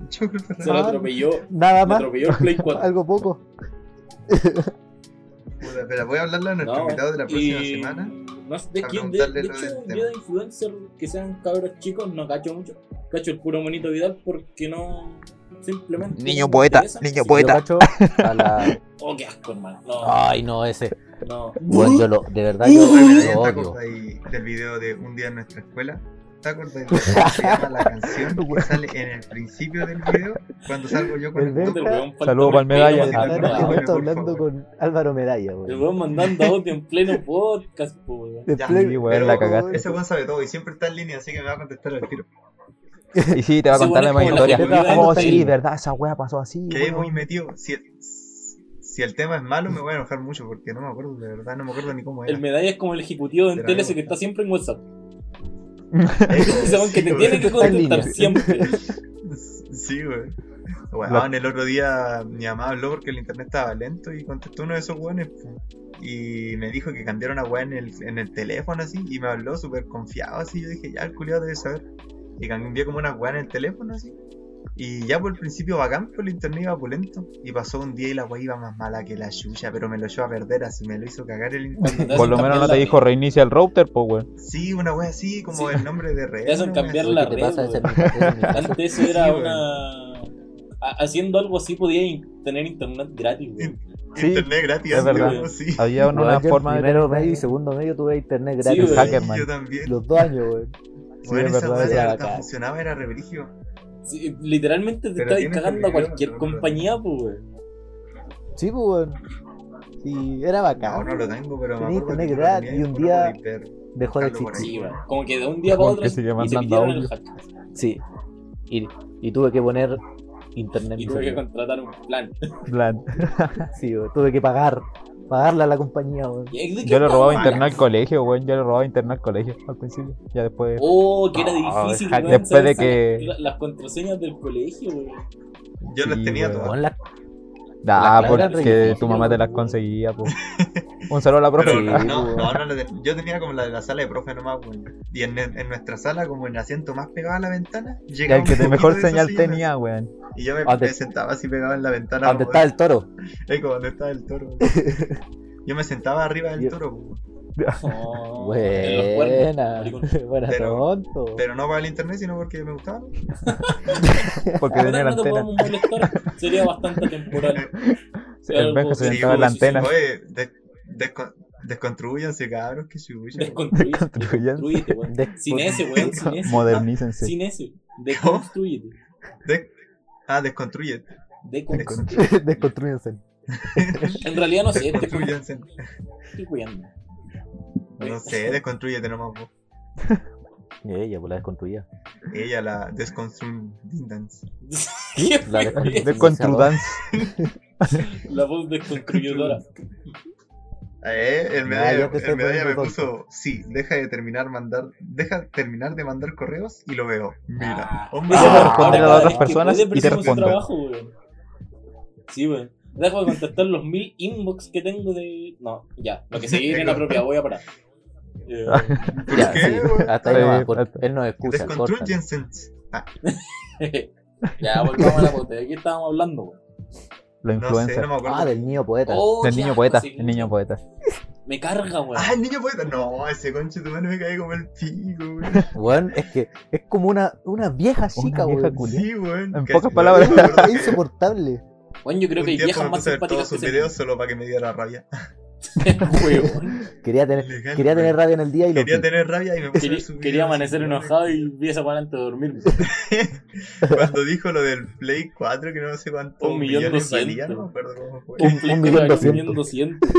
Speaker 3: Yo creo que
Speaker 1: Se lo
Speaker 2: Ah.
Speaker 1: atropelló.
Speaker 2: Nada
Speaker 1: Le
Speaker 2: más,
Speaker 1: atropelló el Play
Speaker 3: [LAUGHS]
Speaker 1: 4.
Speaker 2: algo poco.
Speaker 3: Puta, espera, voy a hablarle a nuestro
Speaker 1: No,
Speaker 3: invitado de la próxima
Speaker 1: y-
Speaker 3: semana.
Speaker 1: No sé de
Speaker 3: A
Speaker 1: quién. De,
Speaker 3: preguntarle
Speaker 1: de
Speaker 3: lo
Speaker 1: hecho,
Speaker 3: del
Speaker 1: yo
Speaker 3: tema.
Speaker 1: de influencer que sean cabros chicos no cacho mucho. Cacho el puro monito Vidal porque no. Simplemente.
Speaker 4: Niño
Speaker 1: no me
Speaker 4: poeta,
Speaker 1: interesa.
Speaker 4: niño
Speaker 1: Sí,
Speaker 2: Yo
Speaker 4: Poeta. Ah,
Speaker 2: cacho a la-
Speaker 1: Oh, qué asco, hermano. No,
Speaker 2: Ay, no, ese.
Speaker 1: no.
Speaker 2: Weón, yo lo, de verdad,
Speaker 3: [LAUGHS]
Speaker 2: yo
Speaker 3: Oye,
Speaker 2: lo
Speaker 3: ¿Te
Speaker 2: odio.
Speaker 3: acordás del video de Un día en nuestra escuela? ¿Te acordás de cómo se llama la canción
Speaker 4: [LAUGHS]
Speaker 3: que sale en el principio del video? Cuando salgo yo con
Speaker 2: El
Speaker 3: el
Speaker 2: Benja.
Speaker 3: grupo.
Speaker 4: Saludos pa'l medalla.
Speaker 2: Estaba
Speaker 3: Ah, no,
Speaker 2: justo
Speaker 3: por favor.
Speaker 2: hablando con Álvaro Medalla, weón.
Speaker 1: Te voy mandando audio en pleno podcast, po, weón.
Speaker 2: De
Speaker 3: Ya,
Speaker 2: play-
Speaker 4: sí, weón,
Speaker 3: Pero
Speaker 4: la cagaste.
Speaker 3: ese weón sabe todo y siempre está en línea, así que me va a contestar al tiro.
Speaker 4: Y sí, te va a
Speaker 1: Ese
Speaker 4: contar la
Speaker 1: weón
Speaker 4: misma
Speaker 1: es como la
Speaker 4: historia.
Speaker 1: comida de
Speaker 4: Oh,
Speaker 1: los
Speaker 4: sí,
Speaker 1: países.
Speaker 4: verdad, esa weá pasó así,
Speaker 3: Quedé muy
Speaker 4: weón.
Speaker 3: metido. Si el, si el tema es malo, me voy a enojar mucho porque no me acuerdo, de verdad, no me acuerdo ni cómo era.
Speaker 1: El medalla es como el ejecutivo de
Speaker 3: Pero
Speaker 1: Entel
Speaker 3: me
Speaker 1: ese que
Speaker 3: gusta.
Speaker 1: está siempre en WhatsApp. [LAUGHS] Ese weón
Speaker 3: Ese
Speaker 1: que te tiene que
Speaker 2: Está en línea.
Speaker 1: contestar siempre.
Speaker 3: [LAUGHS] Sí, güey. Weón,
Speaker 4: La-
Speaker 3: el otro día mi mamá habló porque el internet estaba lento y contestó uno de esos weones. po. Y me dijo que cambiaron a weón en el, en el teléfono así. Y me habló súper confiado así. Yo dije, ya, el culiado debe saber. Y cambié como una weá en el teléfono así. Y ya por el principio bacán, pero el internet iba pulento. Y pasó un día y la weá iba más mala que la yuya, pero me lo echó a perder así, me lo hizo cagar el internet.
Speaker 4: [LAUGHS] Por lo menos no te dijo reinicia el router, pues, weón.
Speaker 3: Sí, una weá así, como
Speaker 1: Sí.
Speaker 3: el nombre de red.
Speaker 1: Te hacen
Speaker 3: una weá
Speaker 1: cambiar
Speaker 3: así.
Speaker 1: la
Speaker 2: ¿Qué
Speaker 1: red,
Speaker 2: te pasa? Ese es
Speaker 1: weón.
Speaker 2: mi- ese es mi caso.
Speaker 1: Antes era
Speaker 3: Sí,
Speaker 1: una. ha- Haciendo algo así podía in- tener internet gratis, weón.
Speaker 4: Sí,
Speaker 3: Internet gratis,
Speaker 4: es
Speaker 3: así,
Speaker 1: verdad.
Speaker 3: weón, sí.
Speaker 4: Había una,
Speaker 2: Weón, yo en
Speaker 4: forma de.
Speaker 2: primero
Speaker 4: tener-
Speaker 2: medio y segundo medio tuve internet
Speaker 1: Sí,
Speaker 2: gratis.
Speaker 1: weón.
Speaker 4: hacker,
Speaker 3: [LAUGHS]
Speaker 4: man.
Speaker 3: Yo también.
Speaker 2: Los dos años,
Speaker 3: [LAUGHS]
Speaker 2: weón.
Speaker 4: Sí,
Speaker 3: Bueno,
Speaker 4: es
Speaker 3: esa
Speaker 4: verdad,
Speaker 3: weá de
Speaker 2: esa
Speaker 3: verdad
Speaker 2: vaca.
Speaker 3: funcionaba, era rebrigio.
Speaker 1: Sí, literalmente te
Speaker 3: Pero
Speaker 1: estabas
Speaker 3: tienes que
Speaker 1: cagando a
Speaker 3: vivir,
Speaker 1: cualquier
Speaker 3: ¿no?
Speaker 1: compañía, pues, weón.
Speaker 2: Sí, pues, weón. Sí, era
Speaker 3: No,
Speaker 2: bacán.
Speaker 3: no lo tengo, pero me
Speaker 2: Tenía
Speaker 3: acuerdo que
Speaker 2: internet
Speaker 3: lo
Speaker 2: gratis
Speaker 3: tenía
Speaker 2: y un
Speaker 3: no lo
Speaker 2: día-
Speaker 3: podía ver.
Speaker 2: Dejó de
Speaker 3: Algo por
Speaker 2: existir.
Speaker 3: ahí.
Speaker 1: Sí, weón. Como que de un día para
Speaker 4: Como
Speaker 1: otro
Speaker 4: que sigue
Speaker 1: y se
Speaker 4: mandando
Speaker 1: metieron el
Speaker 4: audio.
Speaker 1: hack.
Speaker 2: Sí. Y, y tuve que poner internet. en
Speaker 1: Y
Speaker 2: mi
Speaker 1: tuve que
Speaker 2: celular.
Speaker 1: contratar un plan.
Speaker 4: plan.
Speaker 2: Sí, weón. Tuve que pagar. Pagarla a la compañía, weón.
Speaker 1: ¿Y de qué
Speaker 4: Yo le robaba
Speaker 1: estamos
Speaker 4: internet al colegio, weón. Yo le robaba internet al colegio al principio. Ya después.
Speaker 1: Oh, que era
Speaker 4: No,
Speaker 1: difícil,
Speaker 4: hack.
Speaker 1: weón,
Speaker 4: Después de
Speaker 1: saber
Speaker 4: que-
Speaker 1: la- Las contraseñas del colegio,
Speaker 4: [LAUGHS]
Speaker 1: weón.
Speaker 3: Yo las
Speaker 4: Sí,
Speaker 3: tenía
Speaker 4: weón.
Speaker 3: todas.
Speaker 2: Weón, la-
Speaker 4: Ah,
Speaker 2: Las claras
Speaker 4: porque
Speaker 2: rellenas,
Speaker 4: tu mamá te las
Speaker 1: weón.
Speaker 4: conseguía, pues. Un saludo a la profe.
Speaker 3: Pero ah, no,
Speaker 2: Sí,
Speaker 3: no,
Speaker 2: weón.
Speaker 3: no la ten- yo tenía como la de la sala de profe nomás, weón. Y en, en nuestra sala, como en asiento más pegado a la ventana,
Speaker 4: Ya
Speaker 3: llegaba
Speaker 4: el que
Speaker 3: un
Speaker 4: de
Speaker 3: poquito
Speaker 4: mejor
Speaker 3: de esa
Speaker 4: señal
Speaker 3: silla,
Speaker 4: tenía, weón.
Speaker 3: Y yo me,
Speaker 2: Ah, te-
Speaker 3: me sentaba así pegado en la ventana.
Speaker 2: ¿Dónde
Speaker 3: weón.
Speaker 2: está el toro?
Speaker 3: Ahí como donde estaba el
Speaker 4: [LAUGHS]
Speaker 3: toro. weón. Yo me sentaba arriba del
Speaker 2: Yo-
Speaker 3: toro, weón.
Speaker 1: Oh, en los cuernos,
Speaker 2: Buena.
Speaker 1: maricón.
Speaker 2: [LAUGHS] Buena,
Speaker 3: Pero-
Speaker 2: tonto.
Speaker 3: Pero no para el internet, sino porque me gustaba.
Speaker 4: Porque tenía la
Speaker 1: Ahora no te
Speaker 4: antena.
Speaker 1: podemos molestar. Sería bastante
Speaker 4: [LAUGHS]
Speaker 1: temporal.
Speaker 4: El Benja se
Speaker 1: Sí,
Speaker 4: sentaba en la
Speaker 1: sí, sí,
Speaker 4: antena.
Speaker 3: pues, Oye, des, descon- desconstrúyanse, cabros, que chucha. weón.
Speaker 1: Desconstruirse.
Speaker 4: Construyan.
Speaker 1: [LAUGHS] Construyete, weón.
Speaker 2: De-
Speaker 4: Pues
Speaker 1: Sin ese,
Speaker 4: [LAUGHS]
Speaker 1: weón. Sin ese.
Speaker 4: Modernícense.
Speaker 1: Sin ese. Deconstruyete.
Speaker 3: Des- ah, desconstruye.
Speaker 1: Deconstruyete.
Speaker 2: Desconstrúyanse.
Speaker 1: En realidad no sé. este weón
Speaker 3: Desconstruyanse.
Speaker 1: estoy cuidando.
Speaker 3: No sé, desconstruyete nomás. po.
Speaker 2: Y ella, pues la desconstruía.
Speaker 3: Ella la desconstruyendance.
Speaker 1: ¿Qué
Speaker 2: [LAUGHS] La
Speaker 1: fue
Speaker 2: desconstru-
Speaker 1: eso?
Speaker 4: De Contrudance.
Speaker 1: La voz desconstruyedora.
Speaker 3: Eh, el
Speaker 2: Ya,
Speaker 3: medalla,
Speaker 2: ya te
Speaker 3: el
Speaker 2: estoy
Speaker 3: medalla me
Speaker 2: poniendo
Speaker 3: puso, sí, deja de terminar mandar, deja terminar de mandar correos y lo veo. Mira,
Speaker 1: Ah.
Speaker 3: hombre,
Speaker 4: Eso
Speaker 1: Ahora
Speaker 4: responde a
Speaker 1: cada
Speaker 4: las otras
Speaker 1: vez que
Speaker 4: personas
Speaker 1: puede,
Speaker 4: y te
Speaker 1: presume su
Speaker 4: respondo.
Speaker 1: trabajo, weón. Sí, weón. Dejo de contestar los mil inbox que tengo de. No, ya. Lo que se vive en la propia, voy a
Speaker 3: [LAUGHS]
Speaker 1: parar. Eh,
Speaker 2: Ya,
Speaker 3: qué,
Speaker 2: sí,
Speaker 3: weón?
Speaker 2: Hasta ahí nomás,
Speaker 4: Sí,
Speaker 2: porque
Speaker 4: hasta-
Speaker 2: él no escucha, corta.
Speaker 3: Desconstruyense. Ah,
Speaker 1: ya, volvamos a la pote. ¿De qué estábamos hablando, weón?
Speaker 4: Los
Speaker 3: no sé,
Speaker 4: influencers.
Speaker 3: no me acuerdo.
Speaker 2: Ah, del niño poeta.
Speaker 1: Oh,
Speaker 4: Del
Speaker 1: qué
Speaker 4: niño
Speaker 1: asco
Speaker 4: poeta.
Speaker 1: ese
Speaker 4: El niño
Speaker 1: grupo.
Speaker 4: poeta.
Speaker 1: Me carga, weón.
Speaker 3: Ah, el niño poeta. No, ese conche tu madre me cae como el
Speaker 2: [LAUGHS]
Speaker 3: pico, weón.
Speaker 2: Weón, es que es como una, una vieja chica,
Speaker 4: vieja
Speaker 2: weón.
Speaker 4: culia.
Speaker 3: Sí, weón.
Speaker 4: En
Speaker 3: Cacha,
Speaker 4: pocas
Speaker 3: me
Speaker 4: palabras.
Speaker 2: [LAUGHS]
Speaker 3: acuerdo
Speaker 2: Es insoportable.
Speaker 1: Weón, yo creo
Speaker 3: un
Speaker 1: que hay
Speaker 3: tiempo
Speaker 1: viejas
Speaker 3: me
Speaker 1: más
Speaker 3: puse a ver todos
Speaker 1: simpáticas que
Speaker 3: sus
Speaker 1: se
Speaker 3: videos solo para que me diera rabia.
Speaker 1: weón.
Speaker 2: Quería tener,
Speaker 3: Legal,
Speaker 2: quería tener
Speaker 3: weón.
Speaker 2: radio en el día y lo
Speaker 3: Quería
Speaker 2: vi.
Speaker 3: tener rabia y me [LAUGHS] puse a
Speaker 1: [LAUGHS]
Speaker 3: ver
Speaker 1: Quería,
Speaker 3: sus videos.
Speaker 1: quería amanecer
Speaker 3: así,
Speaker 1: enojado y vi esa para antes de
Speaker 3: [LAUGHS]
Speaker 1: dormir.
Speaker 3: Cuando dijo lo del Play 4, que no sé cuánto.
Speaker 1: Un millón
Speaker 3: millones
Speaker 1: doscientos.
Speaker 3: valía, No me acuerdo cómo fue.
Speaker 1: Un Play
Speaker 2: un millón
Speaker 1: cuatro,
Speaker 2: doscientos.
Speaker 1: un millón doscientos.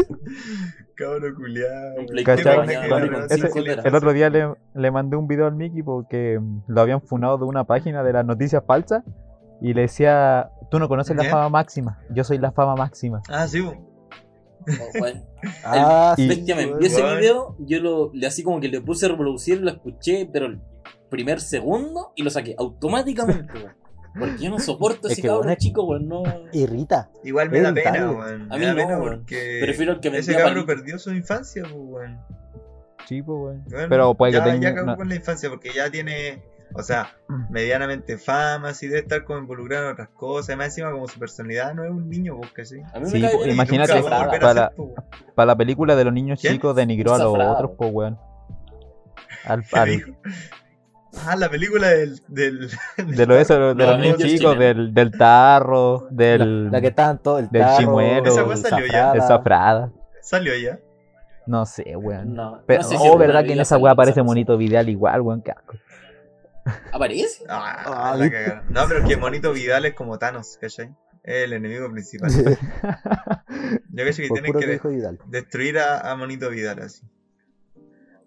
Speaker 3: Cabro culiado.
Speaker 1: Un Play
Speaker 4: Cachai,
Speaker 1: cuatro, ya,
Speaker 4: Juan,
Speaker 1: vale,
Speaker 4: Juan,
Speaker 1: con
Speaker 4: ese-
Speaker 1: cinco teras.
Speaker 4: El otro día le, le mandé un video al Mickey porque mm, lo habían funado de una página de las noticias falsas y le decía, tú no conoces la
Speaker 3: ¿Ya?
Speaker 4: fama máxima, yo soy la fama máxima.
Speaker 3: Ah, sí, weón.
Speaker 1: Oh, weón.
Speaker 2: Ah,
Speaker 4: Y-
Speaker 1: Bestia, me
Speaker 2: weón.
Speaker 1: envió ese
Speaker 3: Guay.
Speaker 1: video, yo lo, le así como que le puse a reproducir, lo escuché, pero el primer segundo y lo saqué automáticamente, weón. Porque yo no soporto
Speaker 2: Es
Speaker 1: ese
Speaker 2: que,
Speaker 1: cabrón
Speaker 2: weón, es-
Speaker 1: chico, weón. No.
Speaker 3: Eh,
Speaker 2: Irrita.
Speaker 3: Igual me
Speaker 2: Es
Speaker 3: da
Speaker 2: un
Speaker 3: pena,
Speaker 2: target.
Speaker 3: weón.
Speaker 1: A
Speaker 3: Me
Speaker 1: mí
Speaker 3: da
Speaker 1: no,
Speaker 3: pena
Speaker 1: weón.
Speaker 3: porque.
Speaker 1: Prefiero el que
Speaker 3: Ese
Speaker 1: vendía
Speaker 3: cabro
Speaker 1: pal-
Speaker 3: perdió su infancia, pues, weón.
Speaker 4: Sí, po, weón.
Speaker 3: Bueno,
Speaker 4: Pero puede
Speaker 3: ya,
Speaker 4: que tenga...
Speaker 3: ya acabó
Speaker 4: una- Mm.
Speaker 3: con la infancia porque ya tiene, o sea, medianamente fama, así de estar como involucrado en otras cosas. Más encima, como su personalidad no es un niño, pues, ¿cachai?
Speaker 1: A mí
Speaker 4: Sí,
Speaker 1: me cae
Speaker 4: pues,
Speaker 1: bien.
Speaker 4: imagínate,
Speaker 3: nunca va a volver a
Speaker 4: para-
Speaker 3: ser, pues, weón.
Speaker 4: Para la película de los niños
Speaker 3: ¿Quién?
Speaker 4: chicos denigró a los
Speaker 1: Zafrado.
Speaker 4: otros, po, weón. Al,
Speaker 3: ¿Qué
Speaker 4: al-
Speaker 3: dijo? [LAUGHS] Ah, la película del. [LAUGHS] del
Speaker 4: de lo eso, de
Speaker 1: Los
Speaker 4: los niños
Speaker 1: Avengers
Speaker 4: chicos,
Speaker 1: chilenos.
Speaker 4: del, del tarro, del...
Speaker 2: La, la que estaban todo el
Speaker 4: del
Speaker 2: tarro,
Speaker 4: chimuelo.
Speaker 3: Esa weá salió ya.
Speaker 4: del
Speaker 1: [LAUGHS]
Speaker 4: zafrada.
Speaker 3: Salió ya.
Speaker 4: No sé, weón.
Speaker 1: No,
Speaker 4: Pero,
Speaker 1: no sé si
Speaker 4: oh,
Speaker 1: alguna
Speaker 4: verdad
Speaker 1: vez
Speaker 4: que en
Speaker 1: la
Speaker 4: esa
Speaker 1: sal-
Speaker 4: weá aparece
Speaker 1: sal-
Speaker 4: Monito Vidal igual, weón. qué asco.
Speaker 1: ¿Aparece?
Speaker 3: Ah,
Speaker 2: Ah,
Speaker 3: la
Speaker 2: ¿viste?
Speaker 3: cagaron. No, pero que Monito Vidal es como Thanos, ¿cachai? Es el
Speaker 2: [LAUGHS]
Speaker 3: enemigo principal. Yo cacho que
Speaker 2: Por
Speaker 3: tienen
Speaker 2: puro
Speaker 3: que
Speaker 2: que
Speaker 3: de-
Speaker 2: dijo Vidal.
Speaker 3: destruir a, a Monito Vidal así.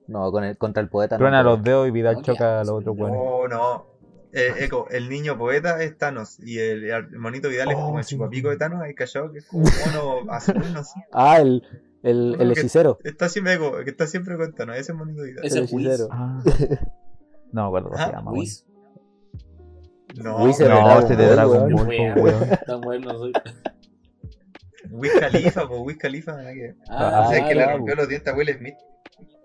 Speaker 2: No, con el, contra el poeta.
Speaker 4: Truena
Speaker 2: no,
Speaker 4: los dedos y Vidal
Speaker 1: No, qué
Speaker 4: choca a los
Speaker 1: asco,
Speaker 4: otros,
Speaker 1: no.
Speaker 4: weón.
Speaker 3: No, Oh, no. Eh, Eco, el niño poeta es Thanos y el, el monito Vidal es
Speaker 4: Oh,
Speaker 3: como el
Speaker 4: sí.
Speaker 3: chupapico de Thanos, ahí callado, que es como un mono azul, no sé.
Speaker 2: Ah, el, el, el
Speaker 3: Creo que-
Speaker 2: hechicero.
Speaker 3: Está siempre, Eco, que está siempre con Thanos, ese es monito Vidal.
Speaker 1: Ese
Speaker 2: el
Speaker 1: es Whis.
Speaker 2: hechicero.
Speaker 4: Ah.
Speaker 1: [LAUGHS]
Speaker 4: No me acuerdo cómo
Speaker 3: Ah,
Speaker 4: se llama, weón.
Speaker 1: Whis.
Speaker 3: No,
Speaker 2: Uy, se
Speaker 3: no,
Speaker 4: No,
Speaker 2: Ball,
Speaker 4: este
Speaker 1: Ah,
Speaker 4: de Dragon
Speaker 2: weón.
Speaker 4: Ball, po, weón.
Speaker 1: Tan bueno soy.
Speaker 4: [LAUGHS]
Speaker 3: Wiz Khalifa, pues Wiz Khalifa, nada que...
Speaker 1: Ah,
Speaker 2: Ah,
Speaker 3: ¿Sabes que le
Speaker 1: claro.
Speaker 3: rompió los dientes a Will Smith?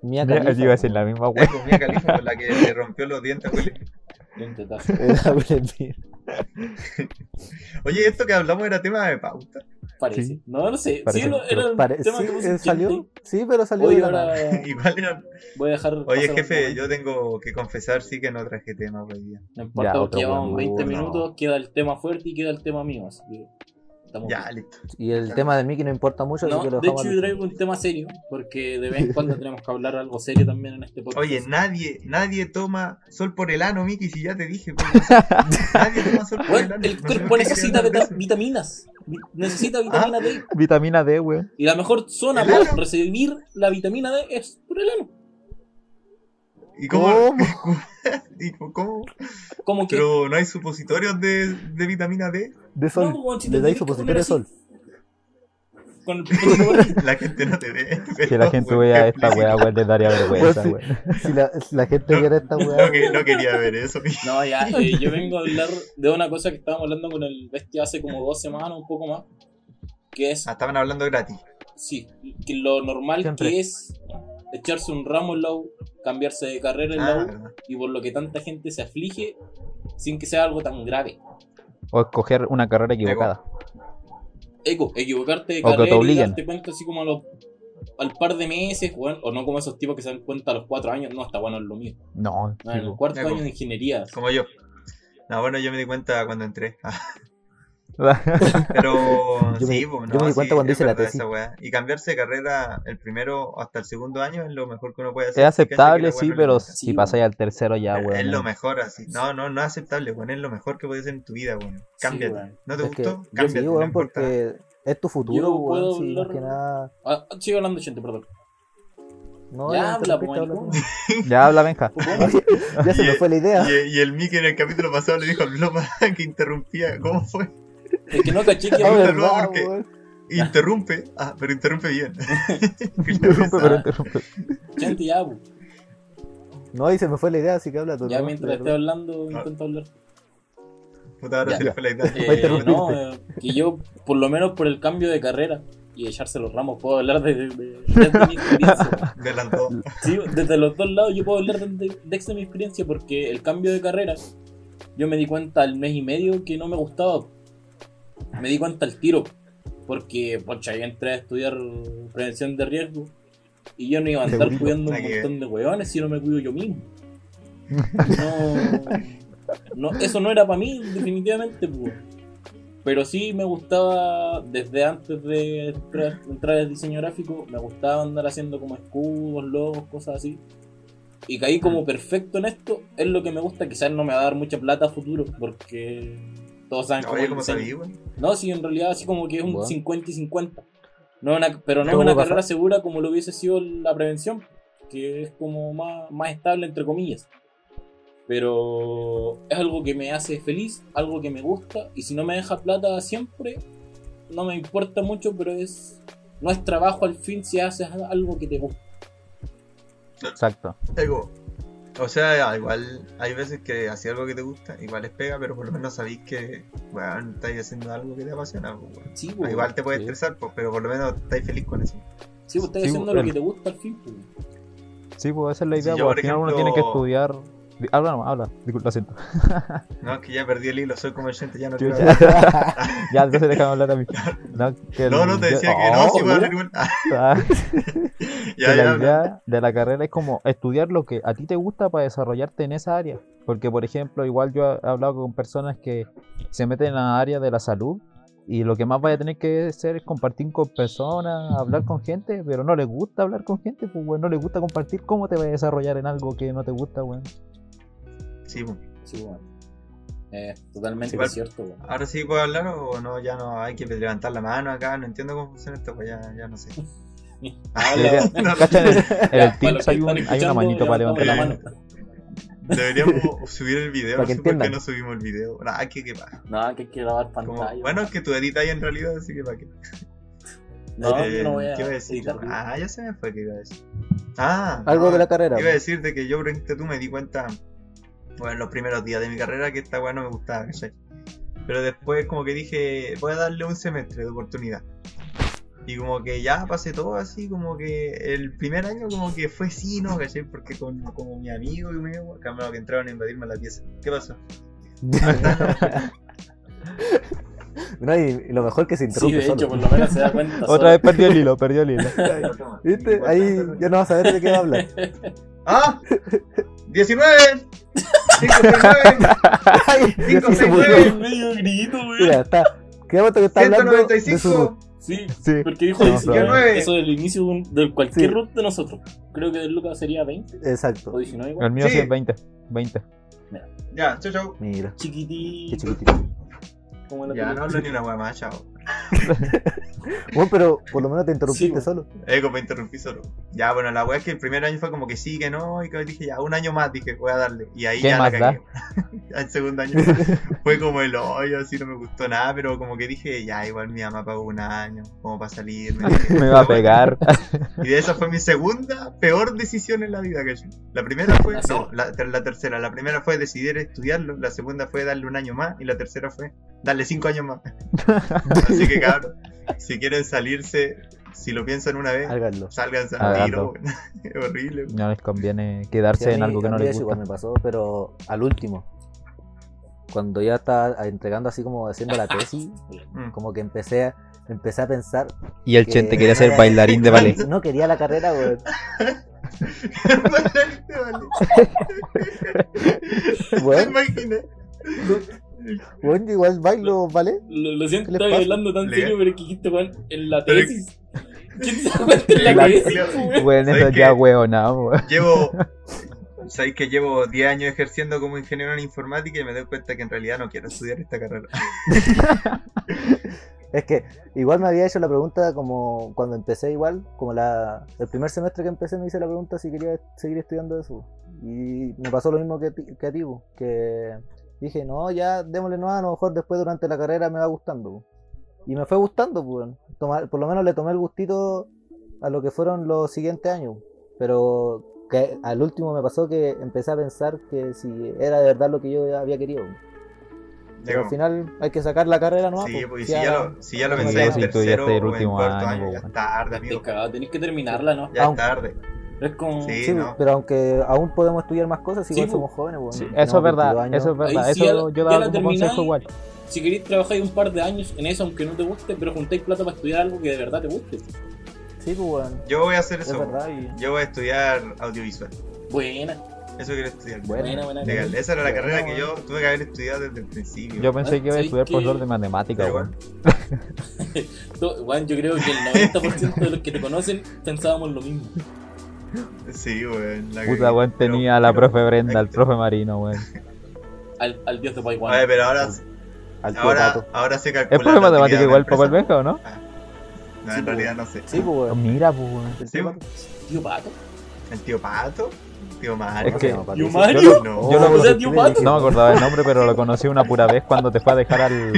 Speaker 2: Mía
Speaker 4: Yo
Speaker 2: Khalifa.
Speaker 4: iba
Speaker 2: [LAUGHS]
Speaker 4: a decir la misma weón.
Speaker 3: Eco, Mia Khalifa, con la que le rompió los dientes a Will Smith.
Speaker 1: Intentazo.
Speaker 2: Era Will Smith.
Speaker 3: Oye, esto que hablamos era tema de pauta.
Speaker 1: Parece.
Speaker 4: Sí.
Speaker 1: No, no sé.
Speaker 4: Parece,
Speaker 1: sí, lo-
Speaker 4: pero
Speaker 1: era un
Speaker 2: Pare-
Speaker 1: tema
Speaker 2: sí,
Speaker 1: que
Speaker 2: eh,
Speaker 1: puse
Speaker 2: salió.
Speaker 1: gente.
Speaker 2: Sí, pero salió. de
Speaker 1: Hoy
Speaker 2: la nada.
Speaker 1: ahora
Speaker 3: Igual era...
Speaker 1: voy a dejar.
Speaker 3: Oye,
Speaker 1: pasar un
Speaker 3: jefe,
Speaker 1: momento.
Speaker 3: yo tengo que confesar, sí que no traje tema hoy día.
Speaker 1: No importa,
Speaker 4: Ya,
Speaker 1: porque
Speaker 4: otro
Speaker 1: llevamos
Speaker 4: buen
Speaker 1: 20
Speaker 4: turno.
Speaker 1: minutos, queda el tema fuerte y queda el tema mío. Así que estamos
Speaker 3: Ya,
Speaker 1: bien.
Speaker 3: listo.
Speaker 2: Y el tema de Mickey no importa mucho, así que
Speaker 1: No,
Speaker 2: lo
Speaker 1: de
Speaker 2: dejamos.
Speaker 1: hecho, yo traigo un tema serio, porque de vez en
Speaker 3: [LAUGHS]
Speaker 1: cuando tenemos que hablar algo serio también en este podcast.
Speaker 3: Oye, nadie, nadie toma sol por el ano, Miki, si ya te dije. pues, o sea, nadie toma sol por el
Speaker 1: Bueno,
Speaker 3: ano.
Speaker 1: el
Speaker 3: No Ah.
Speaker 1: cuerpo
Speaker 3: sé por qué
Speaker 1: necesita
Speaker 3: quería hablar
Speaker 1: vita-
Speaker 3: de eso.
Speaker 1: vitaminas. Vi- Necesita vitamina D.
Speaker 4: [LAUGHS] Vitamina D, weón.
Speaker 1: Y la mejor zona
Speaker 3: ¿El
Speaker 1: para
Speaker 3: ano?
Speaker 1: recibir la vitamina D es por el ano.
Speaker 3: ¿Y cómo? ¿Y cómo?
Speaker 1: Como que.
Speaker 3: Pero no hay supositorios de, de vitamina D.
Speaker 2: De
Speaker 1: no,
Speaker 2: sol.
Speaker 1: weón, si te
Speaker 2: Le
Speaker 1: tienes que comer
Speaker 2: dais supositorio de
Speaker 1: así,
Speaker 2: sol.
Speaker 1: Con el pelo
Speaker 3: La gente no te ve.
Speaker 4: Que la gente vea esta weá, weón, les daría
Speaker 3: Pues
Speaker 4: vergüenza,
Speaker 2: Weón,
Speaker 4: weón.
Speaker 2: Si la, si la gente
Speaker 3: No,
Speaker 2: viera esta
Speaker 3: No,
Speaker 2: weá.
Speaker 3: que- no quería ver eso, Miki.
Speaker 1: No,
Speaker 3: [LAUGHS]
Speaker 1: ya, eh, yo vengo a hablar de una cosa que estábamos hablando con el bestia hace como dos semanas, un poco más. Que es
Speaker 3: Ah, estaban hablando gratis.
Speaker 1: Sí, que lo normal
Speaker 2: Siempre.
Speaker 1: que es echarse un ramo en la U, cambiarse de carrera en
Speaker 3: Ah,
Speaker 1: la U,
Speaker 3: verdad.
Speaker 1: y por lo que tanta gente se aflige sin que sea algo tan grave.
Speaker 4: O escoger una carrera equivocada.
Speaker 1: Eco, equivocarte de
Speaker 4: O que te
Speaker 1: carrera y
Speaker 4: obliguen.
Speaker 1: darte cuenta así como a los, al par de meses, weón, o no como esos tipos que se dan cuenta a los cuatro años, no, está bueno, es lo mío.
Speaker 4: No,
Speaker 1: No,
Speaker 4: sí,
Speaker 1: en el
Speaker 4: weón.
Speaker 1: cuarto
Speaker 3: Eco.
Speaker 1: año de ingeniería.
Speaker 3: Como yo. No, bueno, yo me di cuenta cuando entré. Ah,
Speaker 4: [LAUGHS]
Speaker 3: Pero
Speaker 2: [LAUGHS] Yo me-
Speaker 3: sí, pues,
Speaker 2: yo me di
Speaker 3: no,
Speaker 2: cuenta
Speaker 3: sí,
Speaker 2: cuando
Speaker 3: es
Speaker 2: hice la
Speaker 3: verdad
Speaker 2: tesis.
Speaker 3: esa weá. Y cambiarse de carrera el primero hasta el segundo año es lo mejor que uno puede hacer.
Speaker 4: Es aceptable,
Speaker 3: Cacha que la
Speaker 4: sí,
Speaker 3: weá no le
Speaker 4: pero
Speaker 3: gusta.
Speaker 1: Sí,
Speaker 4: si pasáis al tercero ya,
Speaker 3: Pero Es
Speaker 4: weón.
Speaker 3: Eh, lo
Speaker 4: no.
Speaker 3: mejor así. No, no, no es aceptable, weón. Es lo mejor que puedes hacer en tu vida, weón. Cámbiate.
Speaker 1: weón.
Speaker 3: ¿No te
Speaker 2: Es que,
Speaker 3: gustó?
Speaker 2: yo
Speaker 3: Cámbiate.
Speaker 2: sí,
Speaker 3: no
Speaker 2: weón,
Speaker 3: importa.
Speaker 2: porque es tu futuro,
Speaker 1: Yo
Speaker 2: weón.
Speaker 1: puedo
Speaker 2: Sí, más
Speaker 1: hablar-
Speaker 2: que nada.
Speaker 1: Ah, sigo hablando, gente, perdón.
Speaker 2: No,
Speaker 1: ya
Speaker 2: no
Speaker 1: habla,
Speaker 2: interrumpiste, habla tú.
Speaker 1: pues,
Speaker 4: Ya
Speaker 3: [LAUGHS]
Speaker 4: habla, Benja.
Speaker 2: Ya se me fue la idea.
Speaker 3: Y, y el Mickey en el capítulo pasado le dijo al Blopa [LAUGHS] que interrumpía. ¿Cómo fue?
Speaker 1: Es que no caché
Speaker 4: [LAUGHS]
Speaker 1: que
Speaker 2: Ah,
Speaker 3: habla,
Speaker 2: verdad,
Speaker 3: no, porque-
Speaker 2: weón.
Speaker 3: Interrumpe. Ah, pero
Speaker 2: [LAUGHS]
Speaker 3: interrumpe bien.
Speaker 4: Interrumpe, pero interrumpe.
Speaker 1: gente ya, bu.
Speaker 2: No, y se me fue la idea, así que habla tú.
Speaker 1: Ya
Speaker 2: ¿no?
Speaker 1: mientras esté
Speaker 2: Perdón.
Speaker 3: Ah.
Speaker 1: hablando, intento hablar.
Speaker 3: Puta, ahora
Speaker 4: Ya,
Speaker 3: se le fue la idea.
Speaker 1: Eh,
Speaker 4: Voy a interrumpirte.
Speaker 1: no, eh, que yo, por lo menos por el cambio de carrera y echarse los ramos, puedo hablar de, de- de- desde mi experiencia.
Speaker 3: De las dos.
Speaker 1: Sí, desde los dos lados yo puedo hablar desde, desde mi experiencia porque el cambio de carrera, yo me di cuenta al mes y medio que no me gustaba. Me di cuenta al tiro. Porque, pocha, yo entré a estudiar prevención de riesgo y yo no iba a andar
Speaker 4: Segurito.
Speaker 1: cuidando un
Speaker 3: Nada que ver.
Speaker 1: montón de hueones si no me cuido yo
Speaker 3: [LAUGHS]
Speaker 1: mismo. No, no, eso no era para mí, definitivamente, pues. Pero sí me gustaba, desde antes de entrar, entrar al diseño gráfico, me gustaba andar haciendo como escudos, logos, cosas así. Y caí
Speaker 3: Mm.
Speaker 1: como perfecto en esto, es lo que me gusta, quizás no me va a dar mucha plata a futuro, porque todos saben
Speaker 3: No,
Speaker 1: cómo es
Speaker 3: oye,
Speaker 1: el
Speaker 3: como
Speaker 1: diseño.
Speaker 3: sabía, weón.
Speaker 1: No, sí, en realidad así como que es un
Speaker 4: Bueno.
Speaker 1: 50 y 50. No una- pero no es
Speaker 2: ¿Cómo
Speaker 1: una
Speaker 2: pasa?
Speaker 1: carrera segura como lo hubiese sido la prevención, que es como más, más estable entre comillas. Pero es algo que me hace feliz, algo que me gusta, y si no me deja plata siempre, no me importa mucho, pero es no es trabajo al fin si haces algo que te gusta.
Speaker 4: Exacto.
Speaker 3: Algo. O sea, ya, igual hay veces que hacía algo que te gusta, igual es pega, pero por lo menos sabéis que, weón, estáis haciendo algo que te apasiona, pues, weón.
Speaker 1: Sí, pues,
Speaker 3: Igual te puede
Speaker 4: sí.
Speaker 3: estresar, pues, pero por lo menos estáis feliz con eso.
Speaker 1: sí, pues, estás
Speaker 4: sí,
Speaker 1: haciendo
Speaker 4: bueno.
Speaker 1: lo que te gusta al fin. pues.
Speaker 4: Sí, pues esa es la
Speaker 3: Sí,
Speaker 4: idea.
Speaker 3: yo,
Speaker 4: pues,
Speaker 3: por
Speaker 4: al final uno
Speaker 3: ejemplo-
Speaker 4: tiene que estudiar. Di- Habla, nomás, habla. Disculpa, lo siento.
Speaker 3: No, es que ya perdí el hilo, soy comerciante, ya no quiero hablar.
Speaker 4: ya, entonces déjame hablar a mí. No, que
Speaker 3: [LAUGHS] No,
Speaker 4: [LAUGHS] el-
Speaker 3: no, te
Speaker 4: yo-
Speaker 3: decía que no,
Speaker 4: Oh,
Speaker 3: si voy a
Speaker 4: mira.
Speaker 3: hablar igual. [LAUGHS] Ah,
Speaker 4: Ah,
Speaker 3: ya,
Speaker 4: que
Speaker 3: ya,
Speaker 4: la
Speaker 3: habla.
Speaker 4: idea de la carrera es como estudiar lo que a ti te gusta para desarrollarte en esa área. Porque, por ejemplo, igual yo he hablado con personas que se meten en la área de la salud y lo que más vaya a tener que hacer es compartir con personas, hablar con gente, pero no les gusta hablar con gente, pues, weón, no les gusta compartir. ¿Cómo te vas a desarrollar en algo que no te gusta, weón?
Speaker 3: Sí, pues.
Speaker 1: Sí, pues, bueno. Eh, totalmente
Speaker 3: Igual-
Speaker 1: cierto. bueno.
Speaker 3: Ahora sí puedo hablar o no, ya no hay que levantar la mano acá, no entiendo cómo funciona esto, pues ya, ya no sé. Ah,
Speaker 1: Habla,
Speaker 3: No, [LAUGHS]
Speaker 4: ¿Cachai? En el- en el
Speaker 1: para los
Speaker 4: Teams
Speaker 1: que
Speaker 4: hay, un-
Speaker 1: están
Speaker 4: hay una
Speaker 1: escuchando,
Speaker 4: manito para
Speaker 1: levantamos
Speaker 4: levantar
Speaker 1: la
Speaker 4: la
Speaker 1: mano.
Speaker 4: mano.
Speaker 3: Eh, Deberíamos subir el video,
Speaker 2: Para
Speaker 3: no
Speaker 2: que
Speaker 3: sé por qué
Speaker 2: entiendan.
Speaker 3: no subimos el video. Ah, que que va.
Speaker 1: No, que hay que grabar
Speaker 3: Como-
Speaker 1: pantalla.
Speaker 3: bueno, es que tú editas ahí en realidad, así que para qué.
Speaker 1: no,
Speaker 3: Eh,
Speaker 1: yo no voy a
Speaker 3: ¿Qué iba a decir?
Speaker 1: editar
Speaker 3: yo?
Speaker 1: video.
Speaker 3: Ah, ya se me fue que iba a decir. Ah,
Speaker 2: Algo
Speaker 3: no,
Speaker 2: de la carrera.
Speaker 3: Iba a decir de que yo, por ejemplo, tú me di cuenta, bueno, en los primeros días de mi carrera, que esta weá no me gustaba, ¿cachai? Pero después, como que dije, voy a darle un semestre de oportunidad. Y como que ya pasé todo así, como que el primer año, como que fue sí, ¿no? ¿cachai? Porque con, como mi amigo y mi amigo, cambiado que entraron a invadirme la pieza. ¿Qué pasó? [LAUGHS]
Speaker 2: No, y lo mejor que se
Speaker 1: Sí,
Speaker 2: interrumpe
Speaker 1: de hecho,
Speaker 2: solo.
Speaker 1: por lo menos se da cuenta.
Speaker 4: Otra vez perdió el hilo, perdió el hilo.
Speaker 2: [LAUGHS] ¿Viste? Ahí ya no vas a ver de qué va
Speaker 1: [LAUGHS]
Speaker 2: a hablar.
Speaker 3: ¡Ah! ¡19! ¡5.9!
Speaker 2: Ay,
Speaker 3: Cinco,
Speaker 2: sí se
Speaker 3: seis,
Speaker 2: murió.
Speaker 3: nueve.
Speaker 1: [LAUGHS] medio grito, güey.
Speaker 2: Mira, está. Qué bueno que está hablando de su...
Speaker 3: ¡195!
Speaker 1: Sí,
Speaker 4: Sí.
Speaker 1: porque dijo
Speaker 4: Sí,
Speaker 1: 19.
Speaker 3: 19.
Speaker 1: Eso del inicio de un- del cualquier
Speaker 2: Sí.
Speaker 1: root de nosotros. Creo que del Lucas sería 20
Speaker 2: Exacto.
Speaker 1: o 19 igual.
Speaker 4: El mío sí,
Speaker 3: Sí.
Speaker 4: es 20.
Speaker 3: [LAUGHS]
Speaker 4: 20.
Speaker 3: Ya, chau, chau.
Speaker 2: Mira, qué
Speaker 1: Chiquitito.
Speaker 2: chiquitito.
Speaker 1: Como la
Speaker 3: Ya, no
Speaker 1: película.
Speaker 3: hablo ni una weá más, chao.
Speaker 2: Bueno, pero por lo menos te interrumpiste
Speaker 1: Sí,
Speaker 2: solo.
Speaker 3: Eh, como interrumpí solo. Ya, bueno, la weá es que el primer año fue como que sí, que no, y que dije ya, un año más, dije, voy a darle. Y ahí
Speaker 4: ¿Qué
Speaker 3: ya la
Speaker 4: más da?
Speaker 3: cagué. [LAUGHS] Ya el segundo año [LAUGHS] fue como el hoyo, así no me gustó nada, pero como que dije, ya, igual mi mamá pagó un año, como para salir.
Speaker 4: [LAUGHS] Me va a pegar.
Speaker 3: Y de esa fue mi segunda peor decisión en la vida que yo. La primera fue,
Speaker 1: Hacer.
Speaker 3: no, la, ter- la tercera. La primera fue decidir estudiarlo, la segunda fue darle un año más y la tercera fue darle cinco años más. Así que cabrón, si quieren salirse, si lo piensan una vez,
Speaker 2: Háganlo.
Speaker 3: salgan al
Speaker 4: Háganlo.
Speaker 3: tiro. [LAUGHS] weón. Es
Speaker 4: [LAUGHS]
Speaker 3: horrible. weón.
Speaker 4: No les conviene
Speaker 2: Sí,
Speaker 4: quedarse
Speaker 2: a
Speaker 4: en
Speaker 2: mí-
Speaker 4: algo que
Speaker 2: a
Speaker 4: no
Speaker 2: mí
Speaker 4: les
Speaker 2: eso igual
Speaker 4: gusta.
Speaker 2: me pasó, pero al último. Cuando ya estaba entregando así como haciendo la tesis,
Speaker 3: [LAUGHS] Mm.
Speaker 2: como que empecé a, empecé a pensar
Speaker 4: Y el
Speaker 2: que-
Speaker 4: Chente quería ser bailarín de ballet.
Speaker 2: [LAUGHS] No quería la carrera, güey.
Speaker 3: ¿Te
Speaker 2: Bueno,
Speaker 3: imaginas?
Speaker 2: bueno, igual bailo, ¿vale?
Speaker 1: Lo, lo siento,
Speaker 2: ¿Qué les
Speaker 1: estaba
Speaker 2: pasa?
Speaker 1: hablando tan
Speaker 3: Le-
Speaker 1: serio, pero que dijiste, weón, en la
Speaker 3: Pero-
Speaker 1: tesis. [LAUGHS] ¿Quién se da cuenta
Speaker 3: [LAUGHS]
Speaker 1: en la
Speaker 4: La-
Speaker 1: tesis, güey?
Speaker 4: [LAUGHS] Bueno,
Speaker 3: ¿Sabes
Speaker 4: eso
Speaker 3: qué?
Speaker 4: ya hueonado, weón.
Speaker 3: Llevo. Sabéis que llevo 10 años ejerciendo como ingeniero en informática y me doy cuenta que en realidad no quiero estudiar esta carrera.
Speaker 2: Es que igual me había hecho la pregunta como cuando empecé igual, como la, el primer semestre que empecé me hice la pregunta si quería seguir estudiando eso. Y me pasó lo mismo que, a ti- que a ti, bu, que dije, no, ya démosle no, a lo mejor después durante la carrera me va gustando. bu. Y me fue gustando, bu, weón. Toma- por lo menos le tomé el gustito a lo que fueron los siguientes años. Pero que al último me pasó que empecé a pensar que si era de verdad lo que yo había querido. bu. Pero al
Speaker 3: como-
Speaker 2: final hay que sacar la carrera, ¿no?
Speaker 3: Sí,
Speaker 2: Pues, si
Speaker 3: pues si ya
Speaker 2: ahora-
Speaker 3: lo, si ya lo
Speaker 2: ya
Speaker 3: pensáis
Speaker 2: si
Speaker 3: en
Speaker 4: tú ya
Speaker 3: tercero
Speaker 4: estás el
Speaker 3: o en
Speaker 4: último
Speaker 3: cuarto
Speaker 4: año,
Speaker 3: año, ya
Speaker 4: bueno.
Speaker 3: es tarde,
Speaker 1: Estáis
Speaker 3: amigo.
Speaker 1: cagados, tenéis que terminarla, ¿no?
Speaker 3: Ya es
Speaker 2: Aunque-
Speaker 3: tarde.
Speaker 1: Es como.
Speaker 3: Sí,
Speaker 2: Sí,
Speaker 3: no.
Speaker 2: pero aunque aún podemos estudiar más cosas,
Speaker 1: Sí,
Speaker 2: igual
Speaker 1: pues.
Speaker 2: somos jóvenes, pues,
Speaker 4: Sí,
Speaker 2: tenemos
Speaker 4: eso es
Speaker 2: 22
Speaker 4: verdad,
Speaker 2: años.
Speaker 4: eso es verdad.
Speaker 1: Ahí sí ya-
Speaker 4: Eso yo
Speaker 1: ya la
Speaker 4: daba como
Speaker 1: termináis.
Speaker 4: consejo igual.
Speaker 1: Si queréis trabajar un par de años en eso, aunque no te guste, pero juntáis plata para estudiar algo que de verdad te guste.
Speaker 2: Sí, pues, weón.
Speaker 3: Yo voy a hacer
Speaker 2: Es
Speaker 3: eso.
Speaker 2: verdad. y-
Speaker 3: Yo voy a estudiar audiovisual.
Speaker 1: Buena,
Speaker 3: Eso quiero estudiar.
Speaker 1: buena, buena.
Speaker 3: Legal. Esa era la
Speaker 2: Bueno,
Speaker 3: carrera que
Speaker 2: bueno.
Speaker 3: yo tuve que haber estudiado desde el principio.
Speaker 4: Yo pensé que iba a
Speaker 1: ¿Sabes
Speaker 4: estudiar por
Speaker 1: qué?
Speaker 4: profesor de matemática,
Speaker 3: Pero
Speaker 4: weón.
Speaker 1: To- Weón, yo creo que el 90% de los que te conocen pensábamos lo mismo.
Speaker 3: Sí, weón. la
Speaker 4: Puta,
Speaker 3: cagué.
Speaker 4: weón,
Speaker 3: eh, Pero-
Speaker 4: tenía a la
Speaker 3: pero-
Speaker 4: profe Brenda, al
Speaker 3: Ay,
Speaker 4: profe Marino, weón.
Speaker 1: Al, al dios de Paiwan.
Speaker 3: Oye, pero ahora,
Speaker 4: Al tío
Speaker 3: ahora,
Speaker 4: Tato.
Speaker 3: ahora se calcula.
Speaker 4: ¿Es profe de
Speaker 3: la utilidad
Speaker 4: matemática
Speaker 3: de
Speaker 4: igual,
Speaker 3: la
Speaker 4: papá
Speaker 3: empresa.
Speaker 4: almeja o no?
Speaker 3: No,
Speaker 2: Sí,
Speaker 3: en
Speaker 2: pues.
Speaker 3: realidad no sé.
Speaker 2: Sí, pues, weón.
Speaker 4: Mira, pues, weón.
Speaker 2: El
Speaker 3: Sí,
Speaker 2: tío
Speaker 3: pues.
Speaker 1: Tío Pato.
Speaker 3: ¿El tío Pato? ¿Tío Mario?
Speaker 4: Es que-
Speaker 2: Pato.
Speaker 1: ¿Y un
Speaker 2: Sí,
Speaker 1: Mario?
Speaker 3: Yo no.
Speaker 4: Yo lo- Oh,
Speaker 1: O sea, tío Pato.
Speaker 4: No me acordaba el nombre, pero lo conocí una pura vez cuando te fue a dejar al.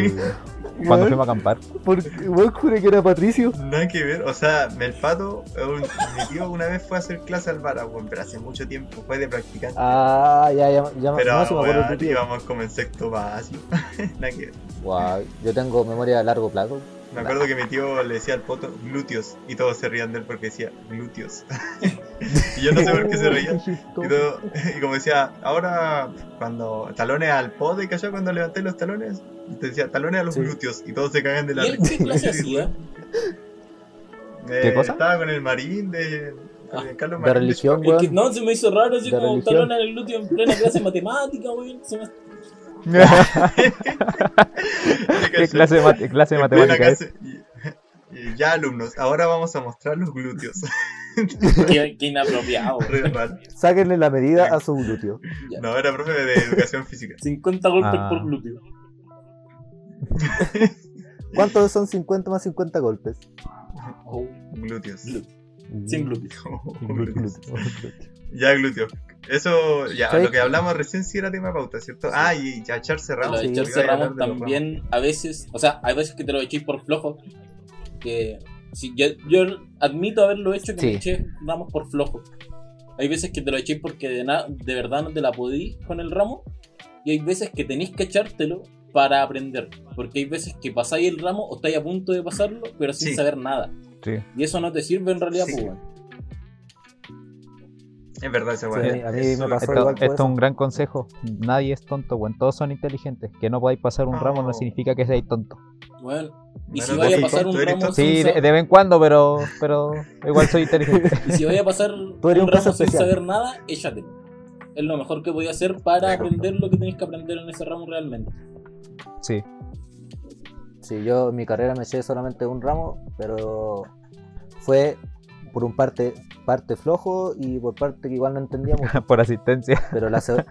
Speaker 4: cuando fuimos a acampar.
Speaker 2: Porque, weón, juré que era Patricio.
Speaker 3: Nada que ver, o sea, el pato, eh, un- mi tío una vez fue a hacer clase al Vara, weón, pero hace mucho tiempo, fue de practicante.
Speaker 2: Ah, ya, ya, ya
Speaker 3: pero
Speaker 2: no, se me acuerdo
Speaker 3: weón,
Speaker 2: tu tío.
Speaker 3: íbamos como en sexto básico. [LAUGHS] Nada que ver.
Speaker 2: Guau, yo tengo memoria a largo plazo.
Speaker 3: Me acuerdo que mi tío le decía al poto glúteos y todos se rían de él porque decía glúteos. [LAUGHS] y yo no sé por qué se
Speaker 2: [LAUGHS]
Speaker 3: reían. Y, todo- [LAUGHS] y como decía, ahora cuando talones al poto y cayó cuando levanté los talones, te decía talones a los
Speaker 2: Sí.
Speaker 3: glúteos y todos se cagan de
Speaker 1: ¿Y
Speaker 3: [LAUGHS] la
Speaker 1: él
Speaker 3: risa.
Speaker 1: qué clase
Speaker 3: [LAUGHS]
Speaker 1: hacía?
Speaker 3: Eh,
Speaker 4: ¿Qué cosa?
Speaker 3: Estaba con el marín de,
Speaker 1: Ah,
Speaker 3: de Carlos
Speaker 2: De
Speaker 3: Marín. de
Speaker 2: religión,
Speaker 1: Es
Speaker 4: [LAUGHS]
Speaker 1: que
Speaker 2: weón.
Speaker 1: no, se me hizo raro así
Speaker 2: De
Speaker 1: como
Speaker 2: religión.
Speaker 1: talón en el glúteo en plena clase de matemática, weón. Se me- [LAUGHS]
Speaker 3: Chupaca,
Speaker 4: ¿Qué
Speaker 3: ¿cachai?
Speaker 4: clase de, mate- clase de
Speaker 3: En plena
Speaker 2: ¿eh?
Speaker 4: matemática es?
Speaker 3: clase. Y- y ya alumnos, ahora vamos a mostrar los glúteos.
Speaker 1: [LAUGHS] Qué, qué inapropiado, weón.
Speaker 3: Re raro.
Speaker 2: Sáquenle la medida a su glúteo.
Speaker 1: Ya.
Speaker 3: no, era profe de educación física.
Speaker 1: 50 golpes
Speaker 4: Ah.
Speaker 1: por glúteo.
Speaker 2: ¿Cuántos son 50 más 50 golpes?
Speaker 1: Oh,
Speaker 3: Glúteos.
Speaker 1: glúteo. Sin glúteo.
Speaker 3: glúteos. Ya glúteos. Eso, ya,
Speaker 2: ¿Sabes
Speaker 3: lo que hablamos recién sí era tema pauta, ¿cierto? Ah, y ya Charles
Speaker 1: Lo
Speaker 3: cerramos.
Speaker 1: de
Speaker 2: Sí,
Speaker 1: echar cerramos también a veces, o sea, hay veces que te lo echéis por flojo. Que si yo, yo admito haberlo hecho que
Speaker 2: Sí.
Speaker 1: me eché ramos por flojo. Hay veces que te lo echéis porque de, na- de verdad no te la podís con el ramo. Y hay veces que tenéis que echártelo para aprender. Porque hay veces que pasáis el ramo o estáis a punto de pasarlo, pero sin
Speaker 3: Sí.
Speaker 1: saber nada.
Speaker 4: Sí.
Speaker 1: Y eso no te sirve en realidad,
Speaker 3: Sí.
Speaker 1: pues, weón.
Speaker 3: Es verdad esa weá.
Speaker 2: Sí, a mí- a mí
Speaker 3: Eso
Speaker 2: me
Speaker 3: lo-
Speaker 2: pasó
Speaker 4: Esto,
Speaker 2: igual.
Speaker 4: esto es un gran consejo. Nadie es tonto, weón. Todos son inteligentes. Que no podáis pasar un ramo no
Speaker 3: No.
Speaker 4: significa que seáis tonto.
Speaker 1: Weón, Y
Speaker 3: Bueno,
Speaker 1: si vaya a
Speaker 3: sí,
Speaker 1: pasar
Speaker 3: tú
Speaker 1: un
Speaker 3: eres
Speaker 1: ramo
Speaker 3: tonto.
Speaker 1: sin
Speaker 4: Sí, de,
Speaker 1: sa-
Speaker 4: de vez en cuando, pero, pero igual soy inteligente.
Speaker 1: [LAUGHS] Y si vaya a pasar
Speaker 2: eres
Speaker 1: un
Speaker 2: un caso
Speaker 1: ramo sin
Speaker 2: especial.
Speaker 1: saber nada, échatelo. Es lo mejor que voy a hacer para aprender lo que tenéis que aprender en ese ramo realmente.
Speaker 4: Sí.
Speaker 2: Sí, yo en mi carrera me eché solamente un ramo, pero fue por un parte parte flojo y por parte que igual no
Speaker 4: [LAUGHS]
Speaker 2: entendíamos,
Speaker 4: Por asistencia.
Speaker 2: pero la se-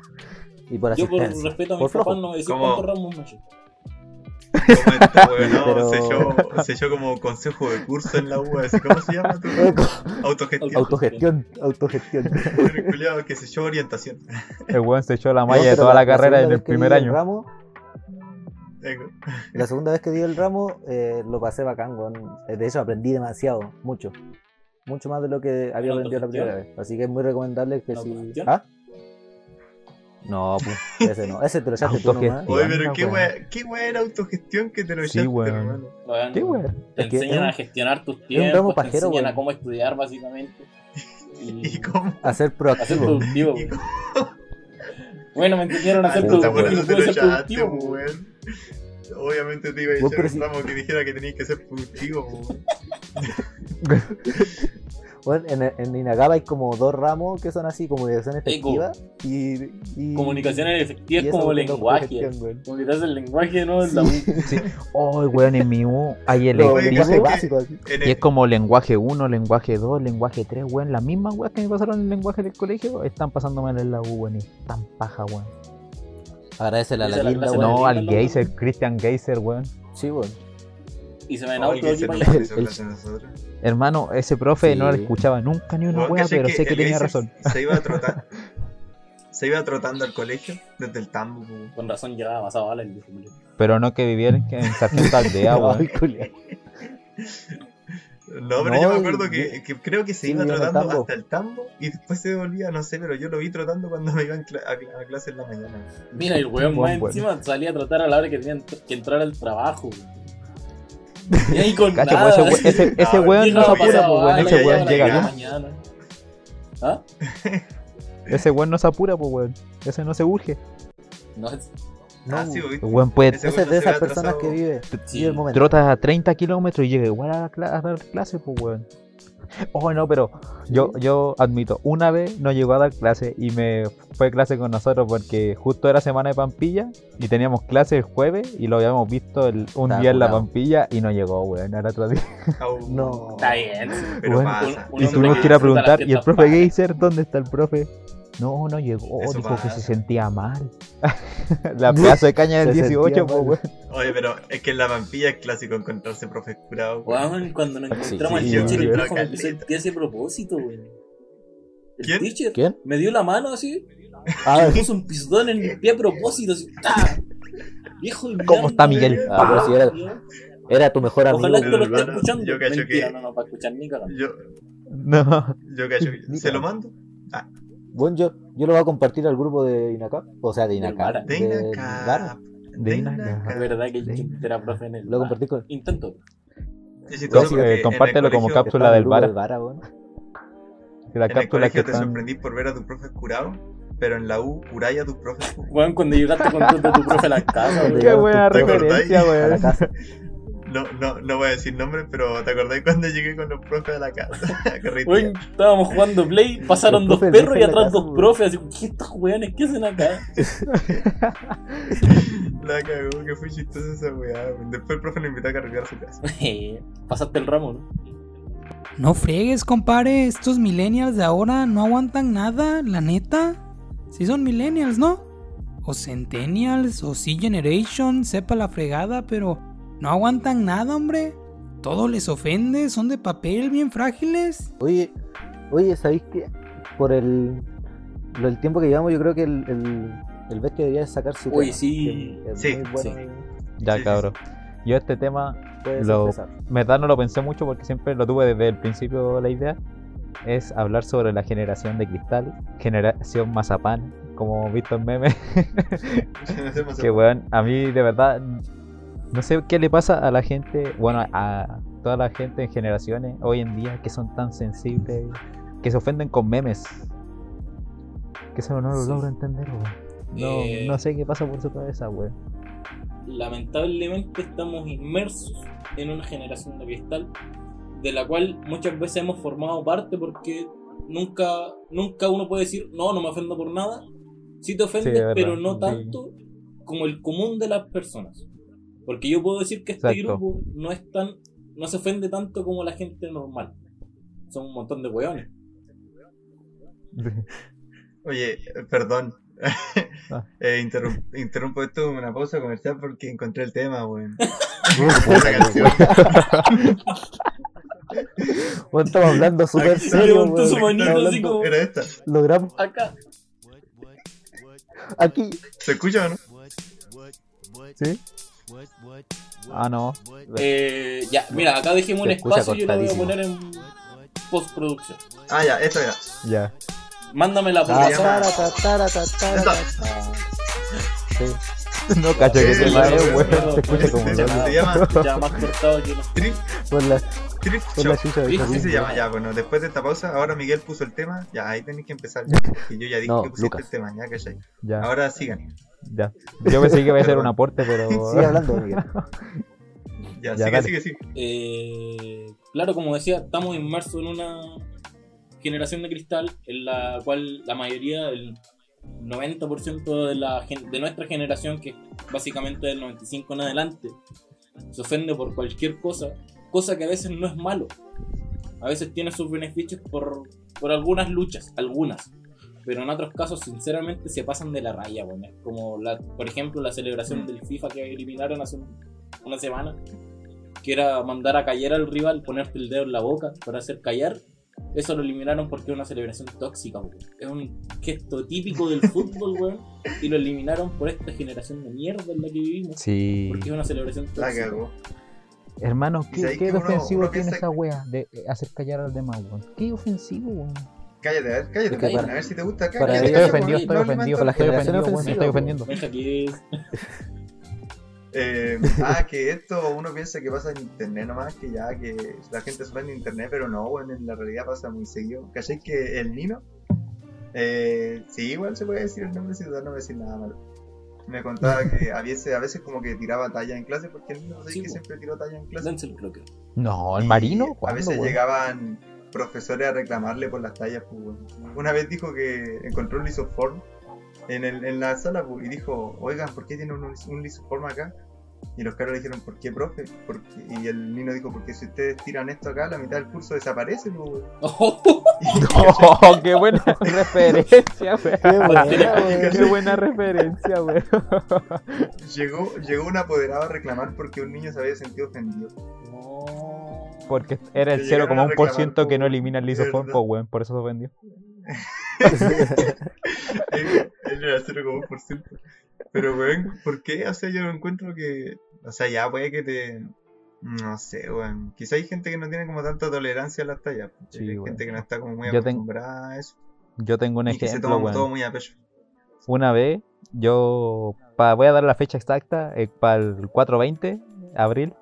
Speaker 2: y por
Speaker 1: Yo por
Speaker 2: asistencia.
Speaker 1: respeto a mis
Speaker 2: Por flojo.
Speaker 1: papás no voy a decir
Speaker 3: ¿Cómo?
Speaker 1: cuántos ramos me eché.
Speaker 3: como este
Speaker 1: [LAUGHS]
Speaker 3: weón, no,
Speaker 2: Pero-
Speaker 3: selló, selló como consejo de curso en la U. así, ¿Cómo se llama?
Speaker 1: [LAUGHS]
Speaker 3: tu- Autogestión.
Speaker 2: [LAUGHS] autogestión, autogestión.
Speaker 3: El culiao que selló
Speaker 1: [LAUGHS]
Speaker 3: orientación.
Speaker 4: El weón se echó la
Speaker 2: No,
Speaker 4: malla de
Speaker 2: pero
Speaker 4: toda la, carrera
Speaker 2: segunda
Speaker 4: en el
Speaker 2: vez que di
Speaker 4: primer año.
Speaker 2: ramo,
Speaker 3: Tengo-
Speaker 2: la segunda vez que di el ramo eh, lo pasé bacán, weón. Eh, De hecho aprendí demasiado, mucho. Mucho más de lo que había
Speaker 1: ¿En
Speaker 2: aprendido la primera vez. Así que es muy recomendable que
Speaker 1: ¿En
Speaker 2: si...
Speaker 1: autogestión?
Speaker 2: ¿Ah? No, pues, ese no. Ese te lo echaste tú nomás. ¿eh?
Speaker 3: Oye,
Speaker 4: Autogestión. Igual
Speaker 3: pero
Speaker 4: una
Speaker 3: qué
Speaker 4: weá.
Speaker 3: wea, qué wea era autogestión que te lo
Speaker 4: Sí,
Speaker 3: echaste,
Speaker 4: weón.
Speaker 3: hermano.
Speaker 1: Weón,
Speaker 4: ¿Qué weón?
Speaker 1: te
Speaker 2: Es que
Speaker 1: enseñan
Speaker 2: es un-
Speaker 1: a gestionar tus
Speaker 2: un ramo
Speaker 1: tiempos, te
Speaker 2: pajero,
Speaker 1: enseñan a
Speaker 2: weón.
Speaker 1: cómo estudiar básicamente. Y,
Speaker 3: [LAUGHS] ¿Y cómo?
Speaker 1: a
Speaker 2: A ser
Speaker 1: ser
Speaker 2: proactivo.
Speaker 1: productivo.
Speaker 3: ¿Y Ah,
Speaker 1: weón. Bueno, me enseñaron a
Speaker 3: Ay,
Speaker 1: ser
Speaker 3: puta,
Speaker 1: productivo.
Speaker 3: por eso
Speaker 1: no
Speaker 3: te
Speaker 1: puedo
Speaker 3: lo
Speaker 1: ser
Speaker 3: echaste,
Speaker 1: productivo, weón.
Speaker 3: weón. Obviamente te iba a
Speaker 2: Vos,
Speaker 3: echar
Speaker 2: pero
Speaker 3: un
Speaker 2: si-
Speaker 3: ramo que dijera que tenías que ser productivo, weón.
Speaker 2: Bueno, en, en Inagaba hay como dos ramos que son así, comunicación efectiva y, y-
Speaker 1: Comunicaciones
Speaker 2: y
Speaker 1: efectivas
Speaker 2: eso
Speaker 1: como
Speaker 2: con
Speaker 1: lenguaje.
Speaker 2: autogestión, weón.
Speaker 1: Como que te hace el lenguaje, ¿no? Es la
Speaker 2: Sí. [LAUGHS]
Speaker 4: Ay, weón, en mi U hay
Speaker 2: Los
Speaker 3: lenguaje
Speaker 4: electivo.
Speaker 2: lenguajes
Speaker 3: que-
Speaker 2: básicos, así.
Speaker 3: En
Speaker 4: Y es
Speaker 3: el-
Speaker 4: como lenguaje 1, lenguaje 2, lenguaje 3, weón. Las mismas weas que me pasaron en el lenguaje del colegio están pasando mal en la U, weón. y Están paja, weón.
Speaker 2: Agradecele a
Speaker 1: Esa
Speaker 2: la
Speaker 1: es la
Speaker 2: linda,
Speaker 1: clase
Speaker 2: weón.
Speaker 1: de
Speaker 4: No, al
Speaker 1: linda,
Speaker 4: Geyser, Christian Geyser, weón.
Speaker 2: Sí, weón.
Speaker 1: Y se me
Speaker 3: Ay,
Speaker 1: da
Speaker 3: que se nos hizo clase a nosotros.
Speaker 4: Hermano, ese profe no
Speaker 2: Sí.
Speaker 4: le escuchaba nunca ni una
Speaker 3: Weón,
Speaker 4: wea,
Speaker 3: caché
Speaker 4: pero sé que
Speaker 3: el
Speaker 4: tenía
Speaker 3: Acer
Speaker 4: razón.
Speaker 3: Se iba a trotar. Se iba trotando al colegio desde el tambo. weón.
Speaker 1: Con razón llegaba pasado bala el viejo,
Speaker 2: [LAUGHS]
Speaker 4: Pero no que viviera en, en Sargento Aldea,
Speaker 2: No,
Speaker 4: weón.
Speaker 2: el culiao.
Speaker 3: No, pero
Speaker 4: No,
Speaker 3: yo me
Speaker 4: y-
Speaker 3: acuerdo que, que creo que se
Speaker 4: sí,
Speaker 3: iba
Speaker 4: iba en el
Speaker 3: trotando
Speaker 4: tambo.
Speaker 3: hasta el tambo y después se devolvía, no sé, pero yo lo vi trotando cuando me iba en cla- a, cla- a clase en la mañana.
Speaker 1: Mira, el weón
Speaker 4: Buen,
Speaker 1: más
Speaker 4: bueno.
Speaker 1: encima salía a tratar a la hora que tenían que entrar al trabajo.
Speaker 4: [LAUGHS]
Speaker 1: weón. Y ahí con
Speaker 4: Cacha,
Speaker 1: nada.
Speaker 4: pues ese, we- ese, ese
Speaker 3: No,
Speaker 4: weón
Speaker 1: Llega
Speaker 4: no se
Speaker 1: la
Speaker 4: apura,
Speaker 1: pasada,
Speaker 4: pues weón.
Speaker 1: a la
Speaker 4: Ese
Speaker 1: hora de
Speaker 4: weón
Speaker 1: la
Speaker 4: llega bien.
Speaker 1: mañana. ¿Ah?
Speaker 4: Ese weón no se apura, pues weón. Ese no se urge.
Speaker 1: No, es-
Speaker 2: No,
Speaker 3: ah, sí,
Speaker 4: El
Speaker 3: ¿viste?
Speaker 4: weón puede
Speaker 2: Ese
Speaker 3: Ese
Speaker 2: es
Speaker 3: weón no
Speaker 2: de
Speaker 3: se ve
Speaker 2: esas personas
Speaker 3: atrasado.
Speaker 2: que vive,
Speaker 1: sí.
Speaker 2: vive el momento.
Speaker 4: trotas a 30 kilómetros y llega igual a la, cla- a dar clase, pues weón. Oh no, pero yo, yo admito, una vez no llegó a dar clase y me fue a clase con nosotros porque justo era semana de Pampilla y teníamos clase el jueves y lo habíamos visto el- un
Speaker 2: Está
Speaker 4: día en la
Speaker 2: curado.
Speaker 4: Pampilla y no llegó, weón, al otro día.
Speaker 3: Au.
Speaker 2: No.
Speaker 1: Está bien. sí.
Speaker 3: Pero
Speaker 4: Bueno,
Speaker 3: pasa.
Speaker 1: un-
Speaker 4: Y
Speaker 1: hombre
Speaker 4: tuvimos
Speaker 1: que
Speaker 4: que ir
Speaker 1: disfruta
Speaker 4: a
Speaker 1: las
Speaker 4: preguntar, ¿y el
Speaker 1: fiestas
Speaker 4: profe
Speaker 1: pagas".
Speaker 4: Geyser dónde está el profe? No, no llegó,
Speaker 3: Eso
Speaker 4: dijo que
Speaker 3: pasa.
Speaker 4: se sentía mal. la pedazo de caña [LAUGHS] del
Speaker 2: Se sentía
Speaker 4: 18, pues
Speaker 2: mal.
Speaker 4: weón.
Speaker 3: Oye, pero es que en la vampilla es clásico encontrarse profes curados. weón.
Speaker 1: Weón, cuando nos
Speaker 6: Sí,
Speaker 1: encontramos
Speaker 4: sí,
Speaker 1: al teacher, el
Speaker 3: weón.
Speaker 1: viejo me empezó a decir ese propósito, weón. El
Speaker 3: ¿Quién?
Speaker 1: teacher
Speaker 6: ¿Quién?
Speaker 1: me dio la mano así,
Speaker 2: Ah,
Speaker 1: [LAUGHS] me puso un pistón en el pie a propósito, así, ¡ta! Viejo,
Speaker 4: ¿Cómo está Miguel?
Speaker 6: Ah, pero si era- Era tu mejor amigo.
Speaker 1: Ojalá esto lo esté
Speaker 3: Hermano,
Speaker 1: escuchando.
Speaker 3: yo cacho
Speaker 1: Mentira,
Speaker 3: que-
Speaker 1: no nos va a escuchar ni cagando.
Speaker 3: Yo,
Speaker 4: No.
Speaker 3: yo cacho. ¿Se lo mando?
Speaker 6: Bueno, yo, yo lo voy a compartir al grupo de Inacap. O sea, de Inacap.
Speaker 1: Vara.
Speaker 6: De
Speaker 3: Tenga acá.
Speaker 6: Vara.
Speaker 4: De Inacap.
Speaker 1: Es
Speaker 2: Ah,
Speaker 1: verdad que el chiste era profe en el.
Speaker 6: Lo compartí con.
Speaker 1: Intento.
Speaker 3: Es chistoso
Speaker 4: Casi,
Speaker 3: porque
Speaker 4: eh,
Speaker 3: en el
Speaker 4: compártelo como
Speaker 3: colegio-
Speaker 4: cápsula
Speaker 6: estaba en el
Speaker 4: del
Speaker 6: grupo
Speaker 4: Vara.
Speaker 6: del Vara, weón.
Speaker 4: La
Speaker 3: En el
Speaker 4: cápsula que
Speaker 3: colegio te
Speaker 4: están...
Speaker 3: sorprendís por ver a tus profes curados, pero en la U curáis a tus profes.
Speaker 1: Weón, cuando llegaste con todo tu profe a la casa,
Speaker 6: Cuando
Speaker 1: weón.
Speaker 4: Qué
Speaker 6: llegaron
Speaker 4: buena
Speaker 6: tus
Speaker 3: profes
Speaker 4: referencia,
Speaker 6: a la
Speaker 4: weón.
Speaker 6: casa.
Speaker 3: No, no, no voy a decir nombres, pero ¿te acordás cuando llegué con los profes a la casa? [LAUGHS] a carretear?
Speaker 1: Weón, estábamos jugando play, pasaron
Speaker 2: Los
Speaker 1: dos
Speaker 2: profes
Speaker 1: perros y
Speaker 2: dejan la
Speaker 1: atrás
Speaker 2: casa,
Speaker 1: dos
Speaker 2: weón.
Speaker 1: profes. Así, ¿qué estos weones qué hacen acá? [LAUGHS]
Speaker 3: La cagó, que fue chistosa esa weá. weón. Después el profe lo invitó a carretear a su casa.
Speaker 1: Eh, Pasaste el ramo, ¿no?
Speaker 7: No fregues, compadre. Estos millennials de ahora no aguantan nada, la neta. Si son millennials, ¿no? O centennials, o C-Generation, sepa la fregada, pero no aguantan nada, hombre. Todo les ofende, son de papel bien frágiles.
Speaker 2: Oye, oye, ¿sabéis que por el, lo- el tiempo que llevamos, yo creo que el, el, el bestia debería sacar su
Speaker 1: Uy,
Speaker 2: tema,
Speaker 1: sí.
Speaker 2: que es
Speaker 3: Sí,
Speaker 2: muy bueno
Speaker 1: sí.
Speaker 2: y
Speaker 4: Ya,
Speaker 3: Sí, sí,
Speaker 4: cabrón. Yo este tema,
Speaker 2: puedes
Speaker 4: Lo-
Speaker 2: empezar.
Speaker 4: en verdad no lo pensé mucho porque siempre lo tuve desde el principio la idea, es hablar sobre la generación de cristal, generación mazapán, como hemos visto en memes,
Speaker 3: No sé, más
Speaker 4: que weón, a mí de verdad, no sé qué le pasa a la gente, bueno, a toda la gente en generaciones hoy en día que son tan sensibles, que se ofenden con memes. Que eso no lo
Speaker 1: Sí.
Speaker 4: logro entender, weón. No,
Speaker 1: Eh.
Speaker 4: no sé qué pasa por su cabeza, weón.
Speaker 1: lamentablemente estamos inmersos en una generación de cristal de la cual muchas veces hemos formado parte porque nunca nunca uno puede decir no no me ofendo por nada si te ofendes
Speaker 4: Sí, es verdad.
Speaker 1: pero no
Speaker 4: Sí.
Speaker 1: tanto como el común de las personas porque yo puedo decir que este
Speaker 4: Exacto.
Speaker 1: grupo no es tan no se ofende tanto como la gente normal son un montón de weones
Speaker 3: Oye, eh, perdón.
Speaker 4: Ah.
Speaker 3: [LAUGHS] Eh, interrum- interrumpo esto con una pausa comercial porque encontré el tema, [LAUGHS] weón.
Speaker 6: Puta,
Speaker 3: Esa canción.
Speaker 2: Bueno, estamos hablando súper
Speaker 3: Aquí se
Speaker 2: serio,
Speaker 1: levantó su
Speaker 2: weón,
Speaker 1: manito así
Speaker 2: estamos hablando-
Speaker 1: como-
Speaker 3: Era esta.
Speaker 2: Logramos
Speaker 1: acá
Speaker 2: aquí.
Speaker 3: ¿Se escucha o no?
Speaker 4: Ah, no.
Speaker 1: eh, ya mira acá dejemos un
Speaker 6: Se escucha
Speaker 1: espacio y yo lo voy a
Speaker 6: cortadísimo.
Speaker 1: poner en postproducción
Speaker 3: Ah, ya, esta ya.
Speaker 4: Ya.
Speaker 1: mándamela por
Speaker 3: Ah,
Speaker 1: WhatsApp.
Speaker 3: llama- Esta.
Speaker 4: [LAUGHS] No cacho que
Speaker 3: Sí,
Speaker 4: tema
Speaker 3: sí,
Speaker 4: es,
Speaker 3: sí,
Speaker 4: weón.
Speaker 1: sí,
Speaker 4: Se
Speaker 1: sí,
Speaker 4: escucha
Speaker 1: sí,
Speaker 4: como
Speaker 3: Eh, Se,
Speaker 1: sí,
Speaker 4: loco.
Speaker 1: loco.
Speaker 3: se llama
Speaker 1: Ya más cortado que no.
Speaker 3: Trip,
Speaker 2: Por la,
Speaker 4: [LAUGHS]
Speaker 3: Trip
Speaker 2: por
Speaker 3: Show.
Speaker 2: la chucha de
Speaker 1: Sí,
Speaker 3: Así
Speaker 2: Jordi.
Speaker 3: se llama ya, bueno, después de esta pausa, ahora Miguel puso el tema, ya ahí tenéis que
Speaker 4: [LAUGHS]
Speaker 3: empezar ya, porque yo ya dije
Speaker 6: No,
Speaker 3: que pusiste
Speaker 6: Lucas.
Speaker 3: el tema, ya cachai.
Speaker 4: Ya,
Speaker 3: Ahora sigan,
Speaker 4: ya. Yo pensé que iba a ser un aporte,
Speaker 1: [LAUGHS]
Speaker 4: pero.
Speaker 2: Sigue
Speaker 3: [LAUGHS]
Speaker 2: hablando, Miguel.
Speaker 3: ya,
Speaker 4: Ya,
Speaker 3: sigue,
Speaker 4: dale.
Speaker 3: sigue, sigue.
Speaker 1: Eh, claro, como decía, estamos inmersos en una generación de cristal en la cual la mayoría, el 90% de, la gen- de nuestra generación, que es básicamente del 95 en adelante, se ofende por cualquier cosa, cosa que a veces no es malo. A veces tiene sus beneficios por, por algunas luchas, algunas. Pero en otros casos, sinceramente, se pasan de la raya, weón. Es Como, la, por ejemplo, la
Speaker 3: Mm.
Speaker 1: celebración del FIFA que eliminaron hace un- una semana que era mandar a callar al rival, ponerte el dedo en la boca para hacer callar, eso lo eliminaron porque es una celebración tóxica, weón. Es un gesto típico
Speaker 3: [LAUGHS]
Speaker 1: del fútbol, weón. Y lo eliminaron por esta generación de mierda en la que vivimos.
Speaker 4: Sí.
Speaker 1: Porque es una celebración
Speaker 3: La
Speaker 1: tóxica.
Speaker 3: cagó.
Speaker 4: Hermano,
Speaker 3: Y
Speaker 4: ¿qué,
Speaker 3: sabéis
Speaker 4: qué
Speaker 3: que
Speaker 4: de
Speaker 3: uno-
Speaker 4: ofensivo
Speaker 3: uno
Speaker 4: tiene
Speaker 3: piensa-
Speaker 4: esa wea de eh, hacer callar al demás, weón? ¿Qué ofensivo, weón?
Speaker 3: Cállate, a ver, cállate,
Speaker 1: Es que
Speaker 3: weón,
Speaker 1: para-
Speaker 3: a ver si te gusta.
Speaker 6: para
Speaker 3: cállate,
Speaker 6: ellos-
Speaker 4: Estoy
Speaker 3: cállate,
Speaker 4: ofendido,
Speaker 3: weón,
Speaker 4: estoy
Speaker 3: no
Speaker 4: ofendido,
Speaker 3: alimentas-
Speaker 6: la
Speaker 4: estoy
Speaker 6: generación
Speaker 4: ofendido, weón, estoy
Speaker 6: ofensiva,
Speaker 4: ofendiendo.
Speaker 1: Deja que [LAUGHS]
Speaker 3: Eh, ah, que esto uno piensa que pasa en internet nomás, que ya que la gente se ofende en internet, pero no, bueno, en la realidad pasa muy seguido. ¿Cachai que el Nino? Eh, sí, igual se puede decir el nombre sin no voy a decir nada malo. Me contaba que a veces, a veces como que tiraba talla en clase, porque el Nino sé
Speaker 1: Sí,
Speaker 3: que
Speaker 1: po.
Speaker 3: siempre tiró talla en clase.
Speaker 1: Dense el bloque. [LAUGHS]
Speaker 4: No, el
Speaker 3: Y
Speaker 4: marino,
Speaker 3: A
Speaker 4: ¿Cuándo,
Speaker 3: veces
Speaker 4: weón? [LAUGHS]
Speaker 3: llegaban profesores a reclamarle por las tallas. pues, weón. Una vez dijo que encontró un lisoform en, el, en la sala pues, y dijo, oigan, ¿por qué tiene un, un lisoform acá? Y los caros le dijeron, ¿por qué, profe? Porque- Y el niño dijo, porque si ustedes tiran esto acá, la mitad del curso desaparece. pues, weón".
Speaker 4: [LAUGHS]
Speaker 3: Y- [LAUGHS]
Speaker 4: Oh, qué buena referencia, weón. Qué
Speaker 3: ¿cachai?
Speaker 4: buena referencia, weón.
Speaker 3: llegó, llegó un apoderado a reclamar porque un niño se había sentido ofendido.
Speaker 4: Porque era el
Speaker 3: Te llegaron a
Speaker 4: 0,1%
Speaker 3: reclamar,
Speaker 4: que no
Speaker 3: po,
Speaker 4: elimina el
Speaker 3: de
Speaker 4: lisofón,
Speaker 3: verdad.
Speaker 4: po, weón. Por eso se ofendió.
Speaker 3: Él él era 0,1%. Pero, weón, ¿por qué? O sea, yo encuentro que. O sea, ya puede que te. No sé, weón. Quizá hay gente que no tiene como tanta tolerancia a las tallas.
Speaker 4: Sí,
Speaker 3: hay
Speaker 4: weón.
Speaker 3: gente que no está como muy
Speaker 4: Yo tengo-
Speaker 3: acostumbrada a eso.
Speaker 4: Yo tengo un
Speaker 3: Y que se
Speaker 4: ejemplo,
Speaker 3: toma todo
Speaker 4: weón.
Speaker 3: muy a pecho. [LAUGHS]
Speaker 4: Una vez, yo. pa- voy a dar la fecha exacta, eh, para el 420, abril.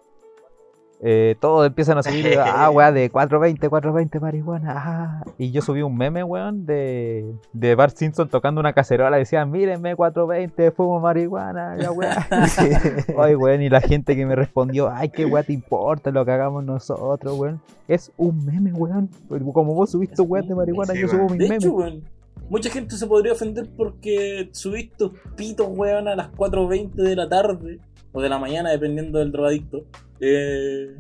Speaker 4: Eh, todos empiezan a subir, ah, weón, de 420, 420, marihuana. ah. Y yo subí un meme, weón, de, de Bart Simpson tocando una cacerola. Decía, mírenme, 420, fumo marihuana, la weá.
Speaker 2: [LAUGHS]
Speaker 3: [LAUGHS]
Speaker 4: Ay, weón, y la gente que me respondió, ay, qué weá te importa lo que hagamos nosotros, weón. Es un meme, weón. Como vos subiste
Speaker 1: Es
Speaker 4: weá de
Speaker 1: un
Speaker 4: marihuana,
Speaker 3: meme,
Speaker 4: yo
Speaker 3: sí,
Speaker 4: subo
Speaker 3: weón.
Speaker 4: mis
Speaker 1: De
Speaker 4: memes.
Speaker 1: hecho, weón, mucha gente se podría ofender porque subís tus pitos, weón, a las 4.20 de la tarde o de la mañana, dependiendo del drogadicto. Eh,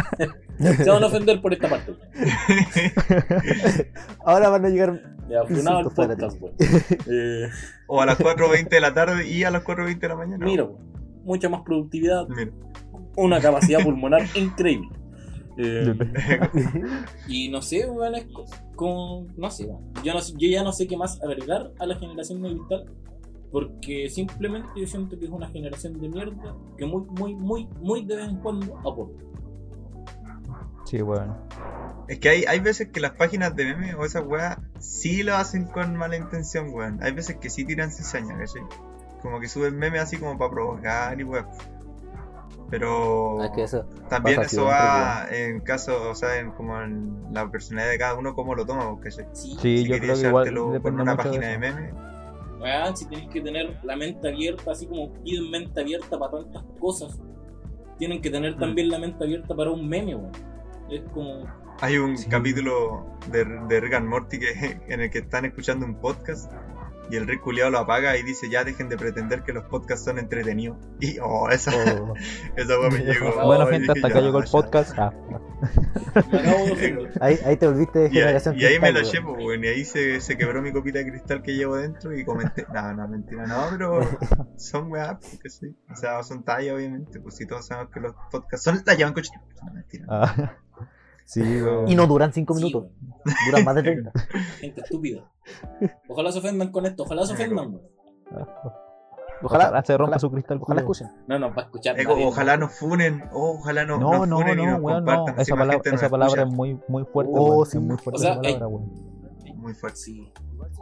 Speaker 1: [LAUGHS] se van a ofender por esta parte. weón.
Speaker 2: Ahora van a llegar.
Speaker 1: Ya, funado el
Speaker 2: Insultos para
Speaker 1: podcast,
Speaker 2: ti.
Speaker 1: weón. Eh,
Speaker 3: O a las 4.20 de la tarde y a las 4.20 de la mañana.
Speaker 1: mira, weón, mucha más productividad,
Speaker 3: Mira.
Speaker 1: una capacidad pulmonar increíble. Eh, y no sé, weón, es co- como. No sé, weón. Yo, no sé- yo ya no sé qué más agregar a la generación neoliberal. Porque simplemente yo siento que es una generación de mierda que muy, muy, muy, muy de vez en cuando aporta.
Speaker 4: Sí, weón.
Speaker 3: Es que hay, hay veces que las páginas de memes o esas weas sí lo hacen con mala intención, weón. Hay veces que sí tiran cizaña, ¿cachai? Como que suben memes así como para provocar y weón. Pero.
Speaker 6: Ah, que eso.
Speaker 3: También
Speaker 6: Pasa
Speaker 3: eso
Speaker 6: siempre,
Speaker 3: va en caso, o sea, en como en la personalidad de cada uno, cómo lo toma, porque si
Speaker 1: Sí,
Speaker 4: Sí, yo creo
Speaker 3: querías
Speaker 4: que igual
Speaker 3: llevártelo con
Speaker 4: depende
Speaker 3: una
Speaker 4: mucho de
Speaker 3: página de,
Speaker 4: eso.
Speaker 3: memes,
Speaker 1: weón, si tenés que tener la mente abierta, así como piden mente abierta para tantas cosas, tienen que tener también la mente abierta para un meme, weón. Es como.
Speaker 3: hay un
Speaker 4: Sí.
Speaker 3: capítulo de, de Rick and Morty que, [LAUGHS] en el que están escuchando un podcast y el Rick culiao lo apaga y dice, ya dejen de pretender que los podcasts son entretenidos. [LAUGHS] Y, oh, esa,
Speaker 4: Oh.
Speaker 3: esa
Speaker 4: [LAUGHS]
Speaker 3: wea me llegó.
Speaker 4: bueno,
Speaker 3: y dije,
Speaker 4: gente, hasta acá
Speaker 3: "Ya,
Speaker 4: llegó el
Speaker 3: ya".
Speaker 4: podcast. Ah,
Speaker 1: Me acabo de ofender.
Speaker 6: Ahí, ahí te volviste de
Speaker 3: Y, ahí-
Speaker 6: generación.
Speaker 3: y ahí me la
Speaker 6: cristal,
Speaker 3: llevo, weón. Y ahí se, se quebró mi copita de cristal que llevo dentro y comenté. No, no, mentira, no,
Speaker 4: [LAUGHS]
Speaker 3: pero son weá, porque sí. O sea, son talla, obviamente. Pues si todos sabemos que los podcasts son talla, van coche. No, mentira.
Speaker 4: ah. Sí,
Speaker 6: weón.
Speaker 4: weón.
Speaker 6: Y no duran 5
Speaker 1: Sí,
Speaker 6: minutos,
Speaker 1: weón,
Speaker 6: duran más de 30.
Speaker 1: gente estúpida. Ojalá se ofendan con esto, ojalá se ofendan, weón.
Speaker 4: Ojalá,
Speaker 6: Ojalá,
Speaker 4: se rompa
Speaker 6: ojalá,
Speaker 4: su cristal.
Speaker 6: ojalá
Speaker 4: culiao.
Speaker 6: escuchen.
Speaker 1: No nos va a escuchar.
Speaker 3: Eh,
Speaker 1: nadie, weón.
Speaker 3: ojalá nos funen, oh, ojalá no,
Speaker 4: No,
Speaker 3: nos
Speaker 4: no,
Speaker 3: funen y
Speaker 4: no,
Speaker 3: nos
Speaker 4: weón, no.
Speaker 3: compartan. así
Speaker 4: Esa
Speaker 3: más
Speaker 4: palabra,
Speaker 3: gente nos
Speaker 4: esa palabra es
Speaker 3: escucha.
Speaker 4: muy, muy fuerte,
Speaker 6: Oh,
Speaker 4: weón.
Speaker 6: sí.
Speaker 4: Es muy fuerte
Speaker 1: O sea,
Speaker 4: esa palabra, weón.
Speaker 3: muy fuerte.
Speaker 1: Sí.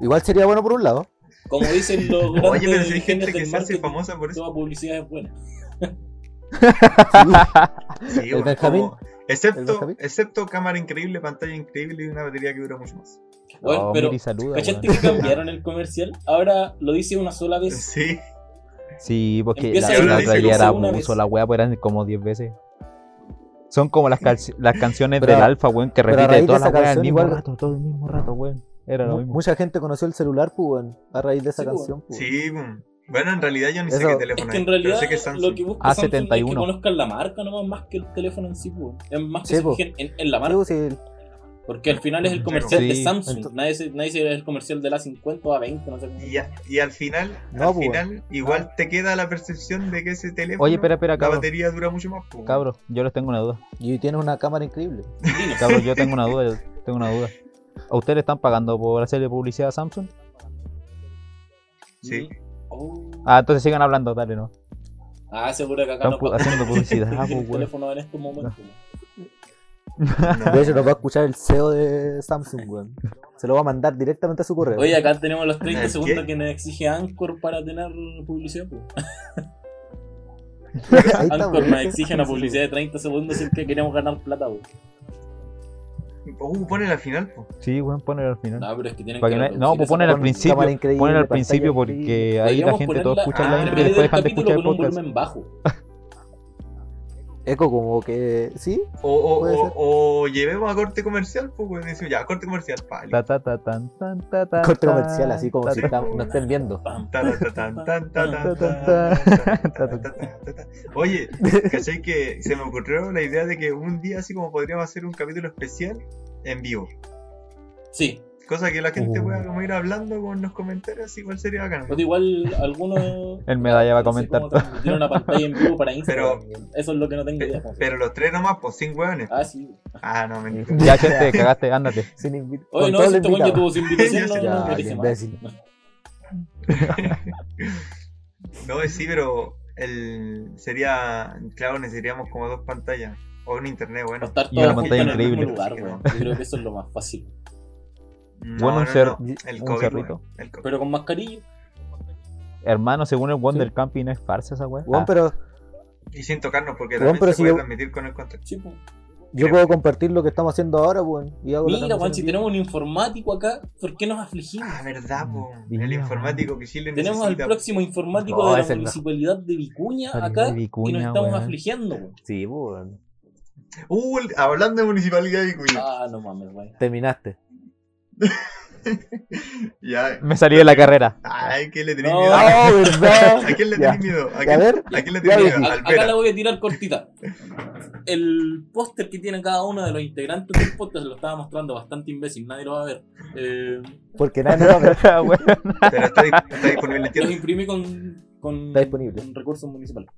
Speaker 6: Igual sería bueno por un lado.
Speaker 1: Como dicen los grandes
Speaker 3: [LAUGHS] Oye, pero si hay
Speaker 1: genios
Speaker 3: gente
Speaker 1: del
Speaker 3: que se hace
Speaker 1: marketing,
Speaker 3: famosa por eso.
Speaker 1: Toda publicidad es buena.
Speaker 3: Sí,
Speaker 6: El
Speaker 3: weón,
Speaker 6: Benjamín.
Speaker 3: como- excepto,
Speaker 6: Benjamín.
Speaker 3: excepto cámara increíble, pantalla increíble y una batería que dura mucho más.
Speaker 1: Weón,
Speaker 4: Oh,
Speaker 1: pero,
Speaker 4: Miri, saluda,
Speaker 1: ¿cachaste
Speaker 4: weón.
Speaker 1: que cambiaron el comercial? Ahora lo dice una sola vez.
Speaker 3: Sí,
Speaker 4: Sí, porque
Speaker 1: Empieza
Speaker 4: la,
Speaker 3: ahí,
Speaker 4: la
Speaker 3: dice
Speaker 4: otra
Speaker 3: que
Speaker 4: ya era
Speaker 1: segunda
Speaker 4: abuso,
Speaker 1: vez.
Speaker 4: la weá, pues eran como 10 veces. Son como las, calci- las canciones
Speaker 6: Pero-
Speaker 4: del Alfa, weón, que
Speaker 6: pero a
Speaker 4: repite
Speaker 6: raíz de
Speaker 4: todas
Speaker 6: esa
Speaker 4: las weas al
Speaker 6: canción
Speaker 4: mismo
Speaker 6: igual-
Speaker 4: rato, todo el mismo rato, weón. Era lo
Speaker 6: Mu-
Speaker 4: mismo.
Speaker 6: Mucha gente conoció el celular, pues, weón, a raíz de esa
Speaker 1: Sí,
Speaker 6: canción. pues, weón.
Speaker 3: sí, boom. Bueno, en realidad yo ni sé
Speaker 6: Eso-
Speaker 3: qué
Speaker 1: Es
Speaker 3: teléfono
Speaker 1: que en
Speaker 3: pero
Speaker 1: realidad
Speaker 3: sé que es Samsung.
Speaker 1: lo que busca Samsung es que
Speaker 4: A71.
Speaker 1: conozcan la marca nomás más que el teléfono en sí, weón. Es más que
Speaker 6: Sí,
Speaker 1: se
Speaker 6: po.
Speaker 1: fijen en, en la
Speaker 6: Sí,
Speaker 1: marca.
Speaker 6: pues, sí,
Speaker 1: Porque al final es el comercial
Speaker 4: Sí,
Speaker 1: de Samsung.
Speaker 6: ento-
Speaker 1: nadie, se, nadie se ve el comercial de la 50 o a 20, no sé cómo.
Speaker 3: Y, a- y al final,
Speaker 6: No,
Speaker 3: al
Speaker 6: pues,
Speaker 3: final igual te queda la percepción de que ese teléfono,
Speaker 4: Oye, espera, espera,
Speaker 3: la
Speaker 4: cabros.
Speaker 3: batería dura mucho más. pues.
Speaker 4: Cabros, yo les tengo una duda.
Speaker 6: Y tienes una cámara
Speaker 4: [LAUGHS]
Speaker 6: increíble.
Speaker 1: Dinos.
Speaker 4: Cabros, yo
Speaker 1: [LAUGHS]
Speaker 4: tengo una duda, yo tengo una duda. ¿A ustedes le están pagando por hacerle publicidad a Samsung?
Speaker 3: Sí.
Speaker 1: Oh.
Speaker 4: Ah, entonces sigan hablando, dale, no.
Speaker 1: Ah, seguro que acá
Speaker 4: Están
Speaker 1: no
Speaker 4: pu- [LAUGHS] ah, pues,
Speaker 1: pasan [LAUGHS]
Speaker 4: haciendo publicidad, po,
Speaker 1: el
Speaker 4: weón.
Speaker 1: teléfono en este estos momentos. weón.
Speaker 6: De hecho, nos va a escuchar el CEO de Samsung, weón. Se lo va a mandar directamente a su correo.
Speaker 1: Oye, acá tenemos los 30
Speaker 3: ¿El
Speaker 1: segundos
Speaker 3: qué?
Speaker 1: que nos exige Anchor para tener publicidad. po.
Speaker 6: [LAUGHS] Ahí está,
Speaker 1: Anchor
Speaker 6: weón.
Speaker 1: nos exige una publicidad de 30 segundos sin que queremos ganar plata. po.
Speaker 3: Uh, pone la final, po.
Speaker 4: Sí, weón, poner al final.
Speaker 1: No, pero es que tienen
Speaker 4: Para que
Speaker 1: que
Speaker 4: no-
Speaker 1: reducir
Speaker 4: no, pues
Speaker 1: esa
Speaker 4: poner
Speaker 1: weá.
Speaker 4: al principio.
Speaker 6: cámara increíble,
Speaker 4: Poner al
Speaker 6: pantalla
Speaker 4: principio
Speaker 6: increíble.
Speaker 4: porque ahí la
Speaker 1: Deberíamos
Speaker 4: gente,
Speaker 1: ponerla
Speaker 4: todos escuchan
Speaker 3: ah,
Speaker 4: la
Speaker 1: al
Speaker 4: intro y
Speaker 1: medio
Speaker 4: después
Speaker 1: del
Speaker 4: dejan de
Speaker 1: capítulo
Speaker 4: escuchar el
Speaker 1: con un
Speaker 4: podcast.
Speaker 1: volumen bajo.
Speaker 6: Eco, como que. Sí,
Speaker 3: O, o,
Speaker 6: Puede ser.
Speaker 3: o, o llevemos a corte comercial, pues, weón. Decimos, ya, corte comercial, pali.
Speaker 4: Ta, ta, ta, tan, tan, ta, ta,
Speaker 6: corte
Speaker 4: tan,
Speaker 6: comercial, así como
Speaker 4: ta,
Speaker 6: si
Speaker 4: ta.
Speaker 6: está- no estén viendo.
Speaker 1: Pam,
Speaker 3: Tan, tan, tan, tan, tan, tan, tan, tan, tan, tan, tan, tan. Oye, ¿cachai que se me ocurrió la idea de que un día así como podríamos hacer un capítulo especial en vivo?
Speaker 1: Sí,
Speaker 3: Cosa que la
Speaker 6: Oh.
Speaker 3: gente
Speaker 4: Uh.
Speaker 3: pueda como ir hablando con los comentarios, igual sería bacán.
Speaker 1: pero pues igual algunos.
Speaker 4: El medalla va a
Speaker 1: no sé
Speaker 4: comentar
Speaker 1: cómo
Speaker 4: todo.
Speaker 1: transmitir una pantalla en vivo para Instagram. Eso es lo que no tengo idea. cómo hacer.
Speaker 3: Pero los tres nomás, pues, sin hueones.
Speaker 1: Ah, sí.
Speaker 3: Ah, no, mentira.
Speaker 6: [LAUGHS]
Speaker 4: Ya, gente, cagaste, ándate.
Speaker 6: Sin invi-
Speaker 1: Oye,
Speaker 6: con
Speaker 1: no,
Speaker 6: todo
Speaker 1: si
Speaker 6: el
Speaker 1: este weón ya
Speaker 6: invitado.
Speaker 1: tuvo su
Speaker 4: [LAUGHS]
Speaker 1: invitación, no,
Speaker 3: Ya,
Speaker 1: no,
Speaker 6: Ya,
Speaker 1: merece
Speaker 6: qué
Speaker 1: más.
Speaker 6: imbécil.
Speaker 3: No, sí, pero el sería, claro, necesitaríamos como dos pantallas o un internet,
Speaker 1: Para
Speaker 3: bueno.
Speaker 1: estar
Speaker 4: Y una
Speaker 1: todos juntos
Speaker 4: pantalla
Speaker 1: en el mismo
Speaker 4: increíble.
Speaker 1: lugar, weón. Yo creo que eso es lo más fácil.
Speaker 3: No,
Speaker 4: Bueno, un
Speaker 3: no,
Speaker 4: cer-
Speaker 3: no, el
Speaker 4: un
Speaker 3: COVID,
Speaker 4: cerrito.
Speaker 3: weón, el COVID.
Speaker 1: Pero con mascarilla.
Speaker 4: Hermano, según el Wonder Camping, no es farsa esa weá. Ah,
Speaker 6: Weón, pero
Speaker 3: Y sin tocarnos, porque
Speaker 6: Weón,
Speaker 3: también
Speaker 6: pero
Speaker 3: se
Speaker 6: si
Speaker 3: puede
Speaker 6: yo-
Speaker 3: transmitir con el contacto.
Speaker 1: Sí, po.
Speaker 6: yo puedo compartir lo que estamos haciendo ahora, weón. y hago la
Speaker 1: Mira, weón, si
Speaker 6: transmisión
Speaker 1: tenemos un informático acá, ¿por qué nos afligimos?
Speaker 3: Ah, verdad, po.
Speaker 4: Mira,
Speaker 3: El informático que Chile
Speaker 1: Tenemos al
Speaker 3: necesita.
Speaker 1: próximo informático
Speaker 6: Oh,
Speaker 1: de
Speaker 6: es
Speaker 1: la
Speaker 6: el mejor.
Speaker 1: municipalidad de Vicuña
Speaker 4: Salió
Speaker 1: acá
Speaker 4: de Vicuña,
Speaker 1: y nos estamos
Speaker 4: weón.
Speaker 1: afligiendo, weón.
Speaker 6: en vivo. Sí, weón.
Speaker 3: Uh, el- hablando de municipalidad de Vicuña.
Speaker 1: Ah, no mames, weón.
Speaker 4: [LAUGHS]
Speaker 6: Terminaste.
Speaker 3: Ya.
Speaker 4: Me salí de la carrera.
Speaker 3: Ay, ¿qué le tenés
Speaker 1: No.
Speaker 3: miedo?
Speaker 6: ¡Oh,
Speaker 3: ¿A
Speaker 6: verdad!
Speaker 3: quién le
Speaker 6: Ya.
Speaker 3: tenés miedo?
Speaker 6: [LAUGHS]
Speaker 3: ¿A
Speaker 6: Y
Speaker 3: quién,
Speaker 6: A ver,
Speaker 3: a quién
Speaker 6: ya
Speaker 3: le tenés miedo?
Speaker 6: dije.
Speaker 1: A-
Speaker 3: Al
Speaker 1: Acá
Speaker 3: Vera.
Speaker 1: la voy a tirar cortita. El póster que tiene cada uno de los integrantes del podcast lo estaba mostrando bastante imbécil, nadie lo va a ver. Eh,
Speaker 6: porque nadie nos va a [LAUGHS] ver.
Speaker 4: [LAUGHS] Weón.
Speaker 3: Pero está, dis- está disponible en
Speaker 1: los
Speaker 3: tienda.
Speaker 1: imprimí con, con,
Speaker 6: Está disponible.
Speaker 1: con recursos municipales.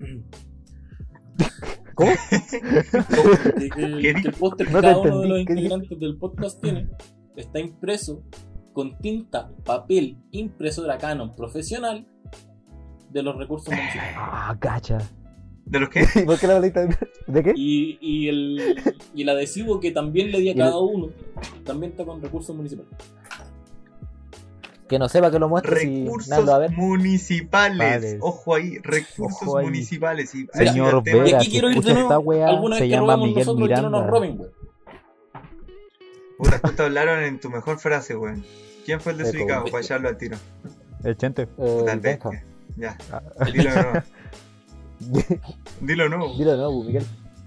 Speaker 6: ¿Cómo?
Speaker 1: Que, que el-
Speaker 3: ¿Qué
Speaker 1: que el
Speaker 3: dijo?
Speaker 1: póster que
Speaker 6: No te
Speaker 1: cada uno de
Speaker 6: entendí,
Speaker 1: los
Speaker 6: ¿qué dijo?
Speaker 1: integrantes del podcast tiene está impreso con tinta, papel, impresora Canon profesional de los recursos municipales.
Speaker 4: Ah, gacha.
Speaker 3: ¿De los qué?
Speaker 6: [LAUGHS] ¿Y por qué la bolita de... ¿De qué?
Speaker 1: Y, y, el, y el adhesivo que también le di a
Speaker 6: Y el-
Speaker 1: cada uno también está con recursos municipales.
Speaker 6: Que no sepa que lo muestre si nadie lo va a
Speaker 3: Recursos
Speaker 6: ver. Eh,
Speaker 3: municipales.
Speaker 4: Vales.
Speaker 3: Ojo ahí, recursos
Speaker 4: Ojo ahí.
Speaker 3: municipales. Y-
Speaker 4: Señor
Speaker 3: Ay, el tema-
Speaker 4: Vera,
Speaker 1: aquí
Speaker 4: si
Speaker 1: quiero ir de
Speaker 4: escucha
Speaker 1: nuevo.
Speaker 4: esta weá,
Speaker 1: Alguna
Speaker 4: se
Speaker 1: vez que
Speaker 4: llama
Speaker 1: robamos
Speaker 4: Miguel
Speaker 1: nosotros que no nos
Speaker 4: Miranda.
Speaker 1: roben, güey.
Speaker 3: Puta, justo hablaron en tu mejor frase, weón. ¿Quién fue el desubicado
Speaker 1: Eco.
Speaker 3: para hallarlo al tiro?
Speaker 6: [LAUGHS]
Speaker 4: El chente. [LAUGHS]
Speaker 6: Eh,
Speaker 3: Puta, el
Speaker 6: Benja.
Speaker 3: bestia. Ya.
Speaker 6: Ah.
Speaker 3: Dilo
Speaker 6: [LAUGHS]
Speaker 3: de nuevo. Dilo no.
Speaker 6: Dilo de nuevo, Miguel.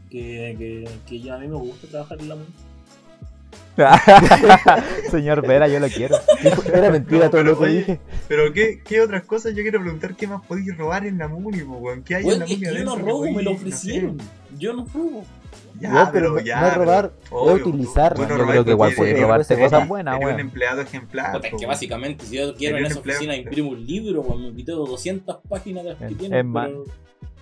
Speaker 1: Que, que, que ya a mí me gusta trabajar en la música.
Speaker 4: Señor Vera, yo lo quiero.
Speaker 6: pues, Era mentira
Speaker 3: No,
Speaker 6: todo
Speaker 3: pero
Speaker 6: lo que
Speaker 3: oye,
Speaker 6: dije.
Speaker 3: Pero qué, qué otras cosas yo quiero preguntar qué más podéis robar en la Muni, po, weón. ¿Qué hay en
Speaker 1: Güey,
Speaker 3: la
Speaker 1: es que
Speaker 3: Muni
Speaker 1: yo no
Speaker 3: adentro que
Speaker 1: robo,
Speaker 3: podéis,
Speaker 1: me lo
Speaker 3: no sé?
Speaker 1: ofrecieron. Yo no robo.
Speaker 3: Ya,
Speaker 6: Weón,
Speaker 3: pero,
Speaker 6: pero no-
Speaker 3: ya.
Speaker 6: no es robar,
Speaker 3: pero-
Speaker 6: es
Speaker 3: obvio, tú-
Speaker 6: utilizar.
Speaker 3: tú no
Speaker 6: Yo
Speaker 3: robás
Speaker 4: creo que igual
Speaker 3: porque
Speaker 4: puedes
Speaker 3: eres-
Speaker 4: robarse
Speaker 3: eres-
Speaker 4: cosas buenas,
Speaker 3: eres
Speaker 4: weón.
Speaker 3: un empleado
Speaker 4: Ah,
Speaker 3: ejemplar.
Speaker 1: Puta, es
Speaker 3: po,
Speaker 1: que
Speaker 3: weón.
Speaker 1: básicamente si yo quiero
Speaker 3: Pero
Speaker 1: en
Speaker 3: yo
Speaker 1: esa
Speaker 3: empleo-
Speaker 1: oficina imprimo un libro, güey, me quito 200 páginas de las que
Speaker 4: Es-
Speaker 1: tienen,
Speaker 4: es más-
Speaker 1: pero-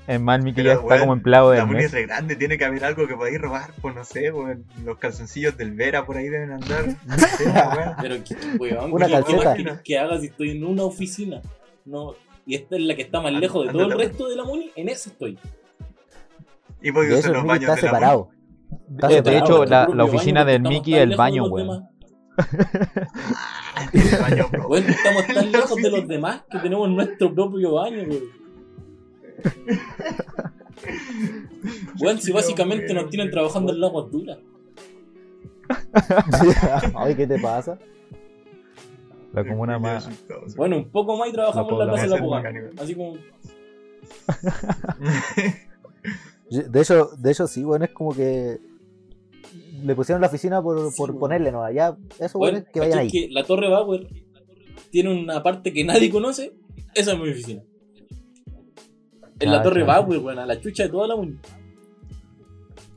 Speaker 4: Es mal, mi que
Speaker 3: Pero,
Speaker 4: ya está
Speaker 3: weón,
Speaker 4: como empleado
Speaker 3: La
Speaker 4: del
Speaker 3: Muni es
Speaker 4: mes.
Speaker 3: re grande, tiene que haber algo que podáis robar, pues no sé, weón. Los calzoncillos del Vera por ahí deben andar. No sé, pues, weón.
Speaker 1: Pero, que- weón,
Speaker 6: Una
Speaker 1: ¿qué más
Speaker 6: calceta.
Speaker 1: quieres que haga si estoy en una oficina? No, y esta es la que está más
Speaker 4: Ah,
Speaker 3: Anda-
Speaker 1: lejos de todo el
Speaker 3: ándate,
Speaker 1: resto de la MUNI, en esa estoy.
Speaker 3: Y
Speaker 6: De
Speaker 3: podéis
Speaker 6: hecho,
Speaker 3: usar
Speaker 6: el
Speaker 3: los
Speaker 6: Miguel está
Speaker 3: baños de la [LAUGHS] Muni.
Speaker 6: separado. Está
Speaker 4: Eh, de
Speaker 6: separado. [LAUGHS]
Speaker 4: hecho,
Speaker 1: nuestro
Speaker 4: la-
Speaker 1: propio
Speaker 4: la oficina
Speaker 1: baño,
Speaker 4: del
Speaker 1: porque
Speaker 4: Mickey
Speaker 1: estamos tan lejos de
Speaker 4: es el baño,
Speaker 1: los
Speaker 4: weón.
Speaker 1: demás.
Speaker 3: Ah, el baño,
Speaker 1: [LAUGHS]
Speaker 3: bro.
Speaker 1: Bueno, estamos
Speaker 4: [LAUGHS]
Speaker 1: tan
Speaker 3: La
Speaker 1: lejos de los
Speaker 3: oficina.
Speaker 1: demás que tenemos nuestro propio baño, weón. Weón, si básicamente nos tienen trabajando en la agua dura.
Speaker 6: Ay, ¿qué te pasa?
Speaker 4: La comuna más.
Speaker 1: Bueno, un poco más y trabajamos en la plaza de la Puga. Así como,
Speaker 6: Yo- De hecho, de hecho sí, bueno, es como que le pusieron la oficina por,
Speaker 1: Sí,
Speaker 6: por
Speaker 1: weón.
Speaker 6: ponerle, ¿no? Allá, eso, bueno,
Speaker 1: bueno,
Speaker 6: es que vayan ahí.
Speaker 1: es que la Torre Bauer tiene una parte que nadie conoce. Esa es mi oficina. En la
Speaker 4: Ah,
Speaker 1: Torre
Speaker 4: claro.
Speaker 1: Bauer, weón, a la chucha de toda la uni.
Speaker 3: [LAUGHS]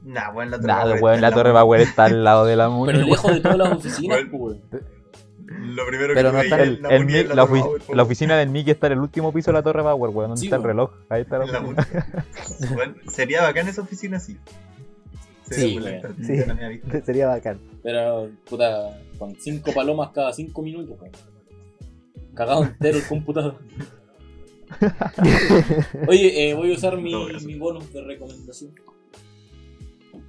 Speaker 3: Nah, weón, la torre
Speaker 4: Nada,
Speaker 3: Bauer
Speaker 4: weón,
Speaker 3: está
Speaker 4: la
Speaker 3: en
Speaker 4: torre
Speaker 3: Muni.
Speaker 4: Bauer está al lado de la
Speaker 1: Pero
Speaker 4: muni.
Speaker 1: lejos de todas las oficinas, pues,
Speaker 3: Bueno.
Speaker 1: weón.
Speaker 3: Lo
Speaker 6: Pero
Speaker 3: primero que
Speaker 6: no
Speaker 3: veía
Speaker 6: está
Speaker 3: en
Speaker 4: El-
Speaker 3: la
Speaker 4: el
Speaker 3: Muni
Speaker 4: Mick-
Speaker 3: era
Speaker 4: la
Speaker 3: torre
Speaker 4: ofi-
Speaker 3: Bauer, po,
Speaker 4: La oficina del Mickey está en el último piso de la torre Bauer, weón. ¿Dónde
Speaker 1: Sí,
Speaker 4: está el
Speaker 1: weón.
Speaker 4: reloj? Ahí está la
Speaker 3: en la
Speaker 4: oficina.
Speaker 3: Muni. [LAUGHS] Weón, sería bacán esa oficina así. Sería
Speaker 1: Sí,
Speaker 3: opulenta,
Speaker 1: weón.
Speaker 3: desde la mía
Speaker 6: [LAUGHS]
Speaker 2: [LAUGHS]
Speaker 3: vista.
Speaker 6: Sería bacán.
Speaker 1: Pero, puta, con
Speaker 6: [LAUGHS]
Speaker 1: cinco palomas cada cinco minutos, weón. Cagado entero el computador. Oye, eh, voy a usar mi,
Speaker 3: No, gracias.
Speaker 1: mi bonus de recomendación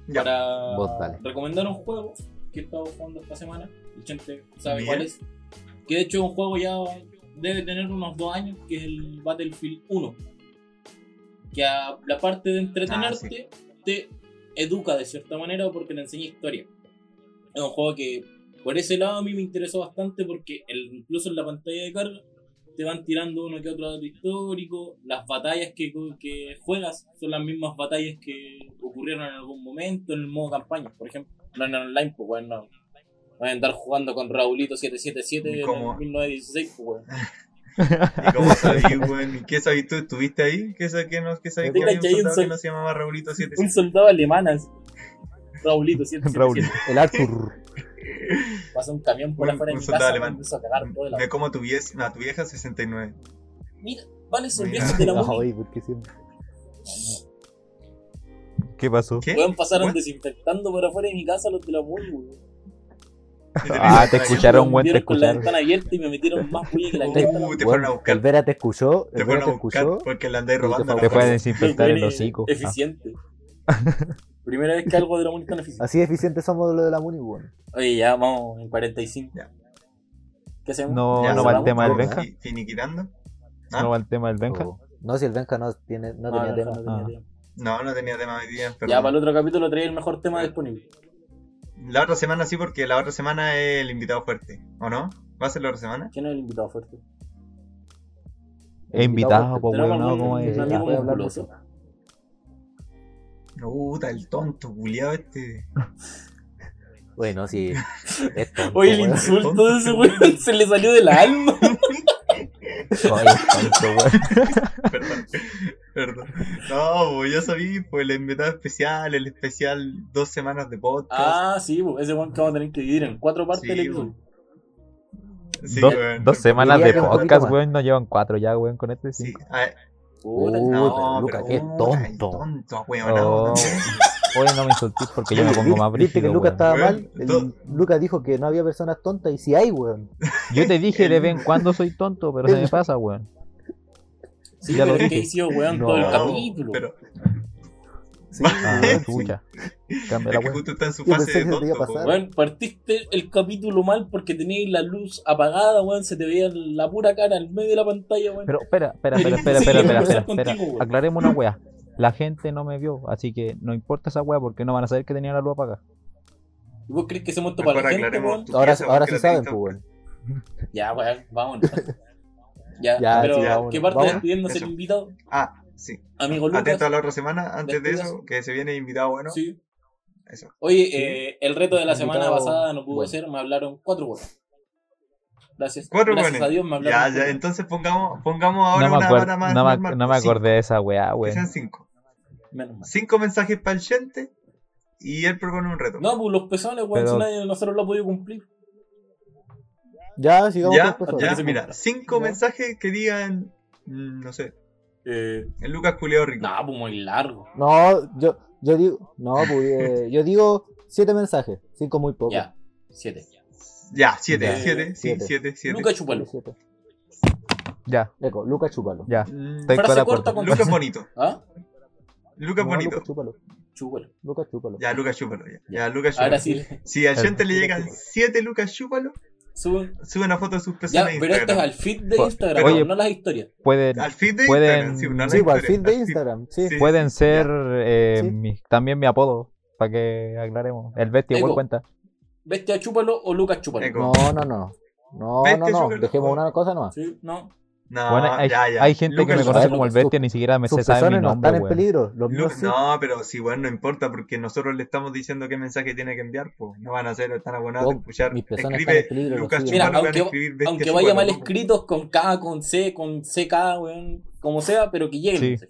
Speaker 3: Ya.
Speaker 1: para
Speaker 6: Vos dale.
Speaker 1: recomendar un juego que he estado jugando esta semana. El gente sabe
Speaker 3: Bien.
Speaker 1: cuál es. Que de hecho es un juego ya debe tener unos dos años, que es el Battlefield 1. Que a la parte de entretenerte te educa de cierta manera porque te enseña historia. Es un juego que por ese lado a mí me interesó bastante porque el- incluso en la pantalla de carga te van tirando uno que otro dato histórico, las batallas que, que juegas son las mismas batallas que ocurrieron en algún momento en el modo campaña, por ejemplo, no en online, pues bueno, no voy a andar jugando con Raulito 777
Speaker 3: ¿Cómo?
Speaker 1: en el 1916, pues weón.
Speaker 3: ¿Y cómo sabí, weón? ¿Y ¿Qué sabís tú? ¿Estuviste ahí? ¿Qué, sa- qué no, qué sabí
Speaker 1: Te
Speaker 3: que había un
Speaker 1: cachai, un
Speaker 3: soldado que
Speaker 1: sol-
Speaker 3: no se llamaba Raulito 7?
Speaker 1: Un soldado alemán, así. Raulito 777,
Speaker 4: Raúl.
Speaker 6: El Arthur.
Speaker 1: pasa un camión por
Speaker 3: Un-
Speaker 1: afuera de
Speaker 3: un
Speaker 1: mi
Speaker 3: soldado
Speaker 1: casa,
Speaker 3: alemán.
Speaker 1: me empiezo a cagar todo de la...
Speaker 3: Ve como tu vieja, no, tu vieja 69.
Speaker 1: Mira, van esos
Speaker 3: Mira.
Speaker 1: viejos
Speaker 6: [LAUGHS]
Speaker 1: de la música,
Speaker 6: Ay, porque siempre.
Speaker 4: ¿Qué pasó?
Speaker 3: ¿Qué?
Speaker 1: weón, pasaron
Speaker 3: What?
Speaker 1: desinfectando por afuera de mi casa los de la MUNI, weón.
Speaker 4: Ah, te escucharon,
Speaker 1: Me
Speaker 4: weón, te
Speaker 1: vieron con la
Speaker 4: escucharon.
Speaker 1: ventana abierta y me metieron más bulla
Speaker 3: [LAUGHS]
Speaker 1: que la
Speaker 3: Uh,
Speaker 1: cresta.
Speaker 3: te fueron a buscar.
Speaker 6: El Vera te escuchó.
Speaker 3: Te
Speaker 6: El
Speaker 3: fueron
Speaker 6: Vera
Speaker 3: a
Speaker 6: te
Speaker 3: buscar pues.
Speaker 6: escuchó.
Speaker 3: porque la andáis
Speaker 6: y te
Speaker 3: robando.
Speaker 6: fueron-
Speaker 4: Te fue a
Speaker 3: weón.
Speaker 4: desinfectar el
Speaker 1: Bueno,
Speaker 4: hocico. Ah, [LAUGHS]
Speaker 1: Eficiente. Primera vez que algo de la MUNI tan eficiente.
Speaker 6: Así de eficientes somos lo de la Muni, weón.
Speaker 1: Oye, ya vamos en 45.
Speaker 3: Ya.
Speaker 1: ¿Qué hacemos?
Speaker 4: No,
Speaker 3: Ya,
Speaker 4: no va el
Speaker 1: cerramos.
Speaker 4: tema del
Speaker 3: ¿Cómo?
Speaker 4: Benja.
Speaker 3: Fi- Finiquitando. ¿Ah?
Speaker 4: No va el tema del Benja.
Speaker 6: Oh. No, si el Benja no, tiene, no
Speaker 1: No,
Speaker 6: tenía
Speaker 1: no,
Speaker 6: tema.
Speaker 1: no tenía
Speaker 4: Ah.
Speaker 1: tema.
Speaker 3: No, no tenía tema hoy día,
Speaker 1: Ya, para
Speaker 3: pero
Speaker 1: el otro capítulo trae el mejor tema disponible.
Speaker 3: la otra semana sí, porque la otra semana es el invitado fuerte, ¿o no? ¿Va a ser la otra semana?
Speaker 1: ¿Quién es el invitado fuerte?
Speaker 4: He invitado, pues,
Speaker 1: ¿Tenemos
Speaker 4: weón, no,
Speaker 1: algún
Speaker 4: ¿cómo es?
Speaker 1: amigo
Speaker 6: Voy a hablar
Speaker 1: musculoso?
Speaker 3: Puta, el tonto, culiado este.
Speaker 6: Bueno, sí. Es tonto,
Speaker 1: Oye,
Speaker 6: [LAUGHS]
Speaker 1: el
Speaker 6: weón.
Speaker 1: insulto de ese weón se le salió del alma.
Speaker 4: Ay, tanto, weón.
Speaker 3: [LAUGHS] Perdón, perdón. No, pues ya sabí, pues el invitado especial, el especial dos semanas de podcast.
Speaker 1: Ah, sí, bo, ese weón que vamos a tener que dividir en cuatro partes
Speaker 3: Sí,
Speaker 1: el
Speaker 3: bo.
Speaker 1: episodio.
Speaker 3: Sí,
Speaker 4: Dos-
Speaker 3: weón.
Speaker 4: Dos semanas
Speaker 6: Diría
Speaker 4: de
Speaker 6: que un poquito
Speaker 4: podcast,
Speaker 6: más.
Speaker 4: weón, nos llevan cuatro ya, weón, con este
Speaker 3: Sí,
Speaker 4: cinco.
Speaker 3: ah,
Speaker 1: Puta,
Speaker 6: Uh,
Speaker 1: no.
Speaker 6: Puta, Luca,
Speaker 3: pero-
Speaker 6: qué
Speaker 3: puta, el
Speaker 6: tonto.
Speaker 3: Tonto,
Speaker 4: Oh.
Speaker 3: weón.
Speaker 4: Oye, no me insultís porque yo me pongo más
Speaker 6: Viste que
Speaker 4: brígido,
Speaker 6: el Lucas
Speaker 4: weón.
Speaker 6: estaba
Speaker 3: Weón,
Speaker 6: mal. el
Speaker 3: todo-
Speaker 6: Lucas dijo que no había personas tontas y si hay, weón.
Speaker 4: Yo te dije de vez en cuando soy tonto, pero se me pasa, weón.
Speaker 1: Sí,
Speaker 4: Ya lo
Speaker 1: pero es que
Speaker 4: dije.
Speaker 1: hizo weón
Speaker 4: No,
Speaker 1: todo el
Speaker 3: No,
Speaker 1: capítulo.
Speaker 3: Pero
Speaker 6: Sí,
Speaker 3: [LAUGHS]
Speaker 4: Ah,
Speaker 6: weón, sí.
Speaker 4: chucha. Cambia
Speaker 3: es
Speaker 4: la
Speaker 3: que
Speaker 4: weón.
Speaker 3: justo está en su
Speaker 6: Yo
Speaker 3: fase
Speaker 6: pensé
Speaker 3: de
Speaker 6: que se te iba a
Speaker 3: tonto. po,
Speaker 6: pasar.
Speaker 3: weón.
Speaker 1: Weón, partiste el capítulo mal porque tenías la luz apagada, weón, se te veía la pura cara al medio de la pantalla, weón.
Speaker 4: Pero espera,
Speaker 3: [LAUGHS]
Speaker 4: espera, espera, espera,
Speaker 1: Sí,
Speaker 4: espera,
Speaker 1: quiero
Speaker 4: espera, espera,
Speaker 1: conversar contigo,
Speaker 4: espera.
Speaker 1: weón.
Speaker 4: Aclaremos una weá. La gente no me vio, así que no importa esa weá porque no van a saber que tenía la luz apagada.
Speaker 1: ¿Y vos crees que se muerto para
Speaker 3: Mejor
Speaker 1: la gente,
Speaker 3: aclaremos
Speaker 1: weón?
Speaker 3: tu
Speaker 6: Ahora,
Speaker 3: pieza,
Speaker 6: ahora
Speaker 3: porque
Speaker 6: sí
Speaker 3: la
Speaker 6: saben,
Speaker 3: tenés
Speaker 6: pues, weón.
Speaker 1: Ya, weón, vámonos. [LAUGHS] Ya,
Speaker 6: Ya,
Speaker 1: pero
Speaker 6: sí,
Speaker 1: ¿qué
Speaker 6: vámonos,
Speaker 1: parte
Speaker 6: vámonos.
Speaker 1: despidiéndose el
Speaker 3: Eso.
Speaker 1: invitado?
Speaker 3: tan- Ah, sí.
Speaker 1: Amigo Lucas.
Speaker 3: Atento a la otra semana, antes de
Speaker 1: Despidas.
Speaker 3: eso, que se viene invitado bueno.
Speaker 1: Sí.
Speaker 3: Eso.
Speaker 1: Oye, eh, el reto de la
Speaker 6: Invitado,
Speaker 1: semana pasada no pudo
Speaker 6: bueno.
Speaker 1: ser, me hablaron cuatro weones. Gracias.
Speaker 3: Cuatro
Speaker 1: gracias
Speaker 3: weones.
Speaker 1: a Dios me
Speaker 3: Ya,
Speaker 1: hablaron.
Speaker 3: ya,
Speaker 1: cuatro.
Speaker 3: entonces pongamos, pongamos ahora
Speaker 4: No me,
Speaker 3: una
Speaker 4: acuer-
Speaker 3: hora más.
Speaker 4: no me-
Speaker 3: normal,
Speaker 4: no me
Speaker 3: pues, cinco,
Speaker 4: acordé de esa weá,
Speaker 3: Que sean
Speaker 4: weón.
Speaker 3: cinco.
Speaker 1: Menos mal.
Speaker 3: Cinco mensajes para el gente y él propone un reto.
Speaker 1: No, pues los pezones, weón,
Speaker 4: Pero-
Speaker 1: si nadie de nosotros lo ha podido cumplir.
Speaker 6: Ya, sigamos
Speaker 3: ya,
Speaker 6: con
Speaker 3: ya,
Speaker 6: personas.
Speaker 3: mira, cinco
Speaker 6: Ya.
Speaker 3: mensajes que digan, mm, no sé,
Speaker 1: Eh,
Speaker 3: el Lucas Culeado Rico.
Speaker 1: no, pues muy largo.
Speaker 6: No, yo, yo digo. No, pues, eh, yo digo siete mensajes. Cinco muy pocos.
Speaker 1: Ya, siete.
Speaker 3: Ya, siete,
Speaker 1: Ya.
Speaker 3: siete, sí,
Speaker 6: Siete.
Speaker 3: siete, siete.
Speaker 1: Nunca chupalo.
Speaker 6: Siete.
Speaker 4: Ya,
Speaker 6: Eco, Luca, chúpalo.
Speaker 4: ya.
Speaker 3: Mm,
Speaker 4: Estoy con
Speaker 1: Frase corta
Speaker 4: la corta.
Speaker 1: con
Speaker 3: Lucas Bonito.
Speaker 1: ¿Ah?
Speaker 3: Lucas
Speaker 6: No,
Speaker 3: Bonito.
Speaker 6: Lucas, chúpalo.
Speaker 1: Chúpalo.
Speaker 6: Lucas, chúpalo.
Speaker 3: Ya, Lucas Chúpalo. Ya, ya Lucas Chúpalo.
Speaker 1: Ahora sí, [LAUGHS]
Speaker 3: Si al
Speaker 4: Claro.
Speaker 3: gente le llegan 7 Lucas Chúpalo,
Speaker 1: suben.
Speaker 3: sube una foto de sus
Speaker 1: Ya,
Speaker 3: personas en
Speaker 1: pero esto es
Speaker 3: Instagram.
Speaker 1: al feed de
Speaker 4: Pero-
Speaker 1: Instagram,
Speaker 4: Oye-
Speaker 1: no las historias.
Speaker 4: Pueden,
Speaker 3: Al feed de
Speaker 4: pueden-
Speaker 3: Instagram. Sí, no a la
Speaker 2: pues,
Speaker 6: Sí, para el
Speaker 3: historia,
Speaker 6: feed de
Speaker 3: al
Speaker 6: Instagram. Sí.
Speaker 3: Sí,
Speaker 4: pueden
Speaker 3: sí,
Speaker 4: ser eh,
Speaker 6: Sí.
Speaker 4: mi- también mi apodo, para que aclaremos. El bestia
Speaker 1: Ego.
Speaker 4: igual cuenta.
Speaker 1: Bestia Chúpalo o Lucas Chúpalo.
Speaker 3: Eco.
Speaker 6: No, no, no. No,
Speaker 3: Vete,
Speaker 6: no, no.
Speaker 3: chúpalo.
Speaker 6: Dejemos una cosa nomás.
Speaker 1: Sí, no.
Speaker 3: No,
Speaker 4: Bueno, hay,
Speaker 3: Ah, ya, ya.
Speaker 4: hay gente
Speaker 3: Lucas
Speaker 4: que me
Speaker 6: Lucas,
Speaker 4: conoce
Speaker 6: Lucas,
Speaker 4: como el
Speaker 6: sus-
Speaker 4: bestia, ni siquiera me se
Speaker 6: Sus
Speaker 4: sabe mi
Speaker 6: personas no
Speaker 4: nombre,
Speaker 6: están en
Speaker 4: weón.
Speaker 6: peligro. Los
Speaker 3: Lu-
Speaker 6: míos sí.
Speaker 3: No, pero si bueno, no importa porque nosotros le estamos diciendo qué mensaje tiene que enviar, pues no van a ser tan abonados de
Speaker 6: Oh,
Speaker 3: escuchar.
Speaker 6: mis personas
Speaker 3: Escribe
Speaker 6: están en peligro, lo
Speaker 3: Lucas
Speaker 6: siguen.
Speaker 1: Mira,
Speaker 3: Chúpalo, van a
Speaker 1: aunque-
Speaker 3: escribir bestia
Speaker 1: Aunque vaya
Speaker 3: Chúpalo,
Speaker 1: mal
Speaker 3: ¿no?
Speaker 1: escritos, con K, con C, con CK, weón, como sea, pero que lleguen.
Speaker 4: Sí.
Speaker 1: no sé.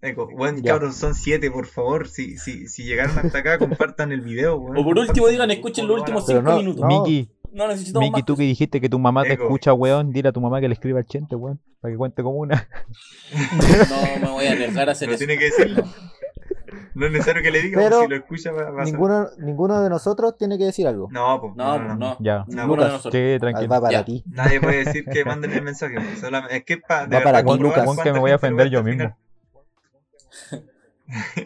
Speaker 3: Eco, bueno,
Speaker 4: Ya.
Speaker 3: Eh, cabros, son 7, por favor. Si, si, si llegaron
Speaker 1: [LAUGHS]
Speaker 3: hasta acá, compartan el video, weón.
Speaker 1: O por último digan, escuchen los
Speaker 3: Compartan.
Speaker 1: últimos
Speaker 6: Pero
Speaker 1: 5
Speaker 6: no-
Speaker 1: minutos.
Speaker 6: no.
Speaker 4: Miki,
Speaker 1: No necesitamos
Speaker 4: Miki,
Speaker 1: más.
Speaker 4: tú que dijiste que tu mamá te
Speaker 3: Ego.
Speaker 4: escucha, weón, dile a tu mamá que le escriba al chente, weón, para que cuente como una. [LAUGHS]
Speaker 1: No me voy a arriesgar a hacer
Speaker 3: No
Speaker 1: eso. [LAUGHS]
Speaker 3: tiene que decirlo. No es necesario que le diga,
Speaker 2: Pero
Speaker 3: pues, si lo escucha va, va a saber.
Speaker 2: Ninguno, ninguno de nosotros tiene que decir algo.
Speaker 3: No, pues,
Speaker 1: No, no, no.
Speaker 4: Ya.
Speaker 1: Ninguno
Speaker 2: Lucas,
Speaker 1: de nosotros.
Speaker 4: Sí,
Speaker 2: Ah,
Speaker 4: tranquilo.
Speaker 2: Va para
Speaker 1: Ya.
Speaker 2: ti.
Speaker 3: Nadie puede decir que manden el mensaje. pues, solamente- es que es pa- de
Speaker 2: Va para
Speaker 3: verdad,
Speaker 2: ti,
Speaker 4: Juan-
Speaker 3: comprobar
Speaker 2: Lucas.
Speaker 4: Juan, que me
Speaker 3: cuánta
Speaker 4: voy a
Speaker 3: gente lo
Speaker 4: ofender yo
Speaker 3: va
Speaker 4: mismo.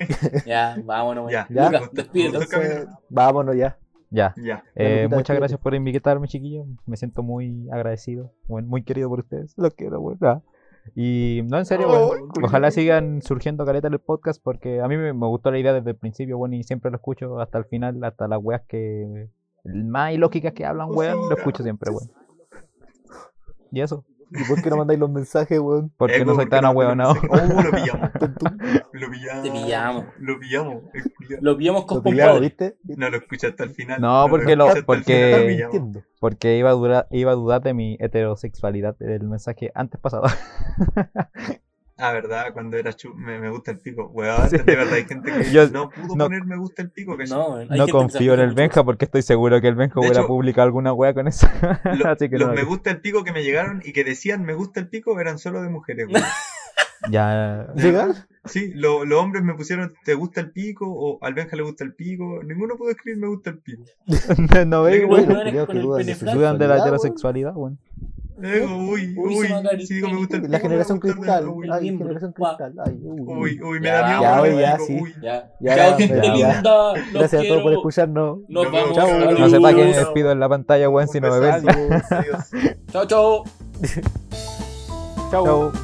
Speaker 3: terminar.
Speaker 1: Ya, vámonos,
Speaker 3: Ya,
Speaker 1: weón.
Speaker 2: Ya.
Speaker 1: Lucas, despídete.
Speaker 3: Entonces,
Speaker 2: Entonces, vámonos ya.
Speaker 4: Ya.
Speaker 3: Ya.
Speaker 4: Eh,
Speaker 2: Lucas,
Speaker 4: muchas
Speaker 2: despídete.
Speaker 4: gracias por invitarme, chiquillos. Me siento muy agradecido, bueno, muy querido por ustedes. Los quiero, weón. Ah. Y no, en serio, weón. Ojalá sigan surgiendo caretas en el podcast porque a mí me, me gustó la idea desde el principio, bueno, y siempre lo escucho hasta el final, hasta las weas que. Más ilógicas que hablan, weón, lo escucho siempre, weón. Y eso,
Speaker 2: ¿Y por qué no mandáis los mensajes, weón?
Speaker 4: porque
Speaker 3: Eh,
Speaker 4: no
Speaker 3: weón,
Speaker 4: soy tan
Speaker 3: no manden
Speaker 4: ahueonado.
Speaker 3: mensaje? Oh, lo pillamos. Lo pillamos.
Speaker 1: Te pillamos.
Speaker 3: Lo pillamos. el culiao.
Speaker 1: Lo pillamos
Speaker 2: Lo
Speaker 1: con
Speaker 2: pillado,
Speaker 1: compadre.
Speaker 2: ¿viste?
Speaker 3: No lo escucha hasta el final.
Speaker 4: No, porque lo-
Speaker 3: escucha hasta el
Speaker 4: porque-
Speaker 3: final,
Speaker 2: Estás
Speaker 3: lo pillamos.
Speaker 2: mintiendo.
Speaker 4: [LAUGHS] Porque iba a, dura- iba a dudar de mi heterosexualidad del mensaje antes pasado.
Speaker 3: Ah, verdad, cuando era chu, me, me gusta el pico. Weón,
Speaker 4: Sí.
Speaker 3: de verdad hay gente que
Speaker 4: Yo-
Speaker 3: no pudo
Speaker 4: no-
Speaker 3: poner me gusta el pico. Que
Speaker 1: No, weón, hay
Speaker 4: No
Speaker 1: gente que se
Speaker 4: confío en
Speaker 1: aflige
Speaker 4: el
Speaker 1: mucho.
Speaker 4: Benja porque estoy seguro que el Benja
Speaker 3: De
Speaker 4: hubiera
Speaker 3: hecho,
Speaker 4: publicado alguna wea con eso.
Speaker 2: [LAUGHS]
Speaker 3: lo-
Speaker 4: Así que
Speaker 3: los
Speaker 4: no.
Speaker 3: me gusta el pico que me llegaron y que decían me gusta el pico eran solo
Speaker 1: [LAUGHS]
Speaker 3: de mujeres, weón.
Speaker 4: [LAUGHS] Ya.
Speaker 2: ¿Llega?
Speaker 3: Sí, lo- los hombres me pusieron te gusta el pico o al Benja le gusta el pico. Ninguno pudo escribir me gusta el pico.
Speaker 4: [LAUGHS] no
Speaker 1: Hay
Speaker 4: veis,
Speaker 1: unos
Speaker 3: [LAUGHS]
Speaker 4: weón.
Speaker 2: bueno,
Speaker 1: weones
Speaker 2: culiao,
Speaker 1: con
Speaker 2: que
Speaker 1: el
Speaker 2: dudan de
Speaker 1: pene
Speaker 2: su
Speaker 1: flaco.
Speaker 4: Dudan de la
Speaker 2: sexualidad, weón.
Speaker 4: heterosexualidad, weón.
Speaker 3: Eh, uy,
Speaker 1: Uy,
Speaker 3: uy,
Speaker 1: se me cayó
Speaker 3: sí, digo
Speaker 1: el
Speaker 3: me gusta el pico.
Speaker 2: La generación
Speaker 3: me gusta el
Speaker 2: cristal.
Speaker 3: pico, uy.
Speaker 2: Ay,
Speaker 1: Miembro.
Speaker 2: generación
Speaker 1: Pa.
Speaker 2: cristal. Ay, uy.
Speaker 3: Uy, uy, me
Speaker 1: Ya,
Speaker 3: da miedo.
Speaker 2: ya,
Speaker 3: poner
Speaker 2: ya,
Speaker 3: pico,
Speaker 2: sí.
Speaker 3: uy.
Speaker 1: Ya.
Speaker 2: Ya,
Speaker 1: Chao,
Speaker 2: ya,
Speaker 1: gente
Speaker 2: ya.
Speaker 1: linda. Los
Speaker 2: Gracias a todos por
Speaker 1: quiero.
Speaker 2: escucharnos.
Speaker 1: Nos vemos.
Speaker 3: Nos vemos. Chao,
Speaker 4: No
Speaker 1: Saludos.
Speaker 4: sepa
Speaker 2: Saludos.
Speaker 4: quién despido en la pantalla, weón,
Speaker 3: Un
Speaker 4: si no me ven.
Speaker 3: besazo, adiós.
Speaker 1: Chao, chao.
Speaker 2: Chao.
Speaker 4: Chau.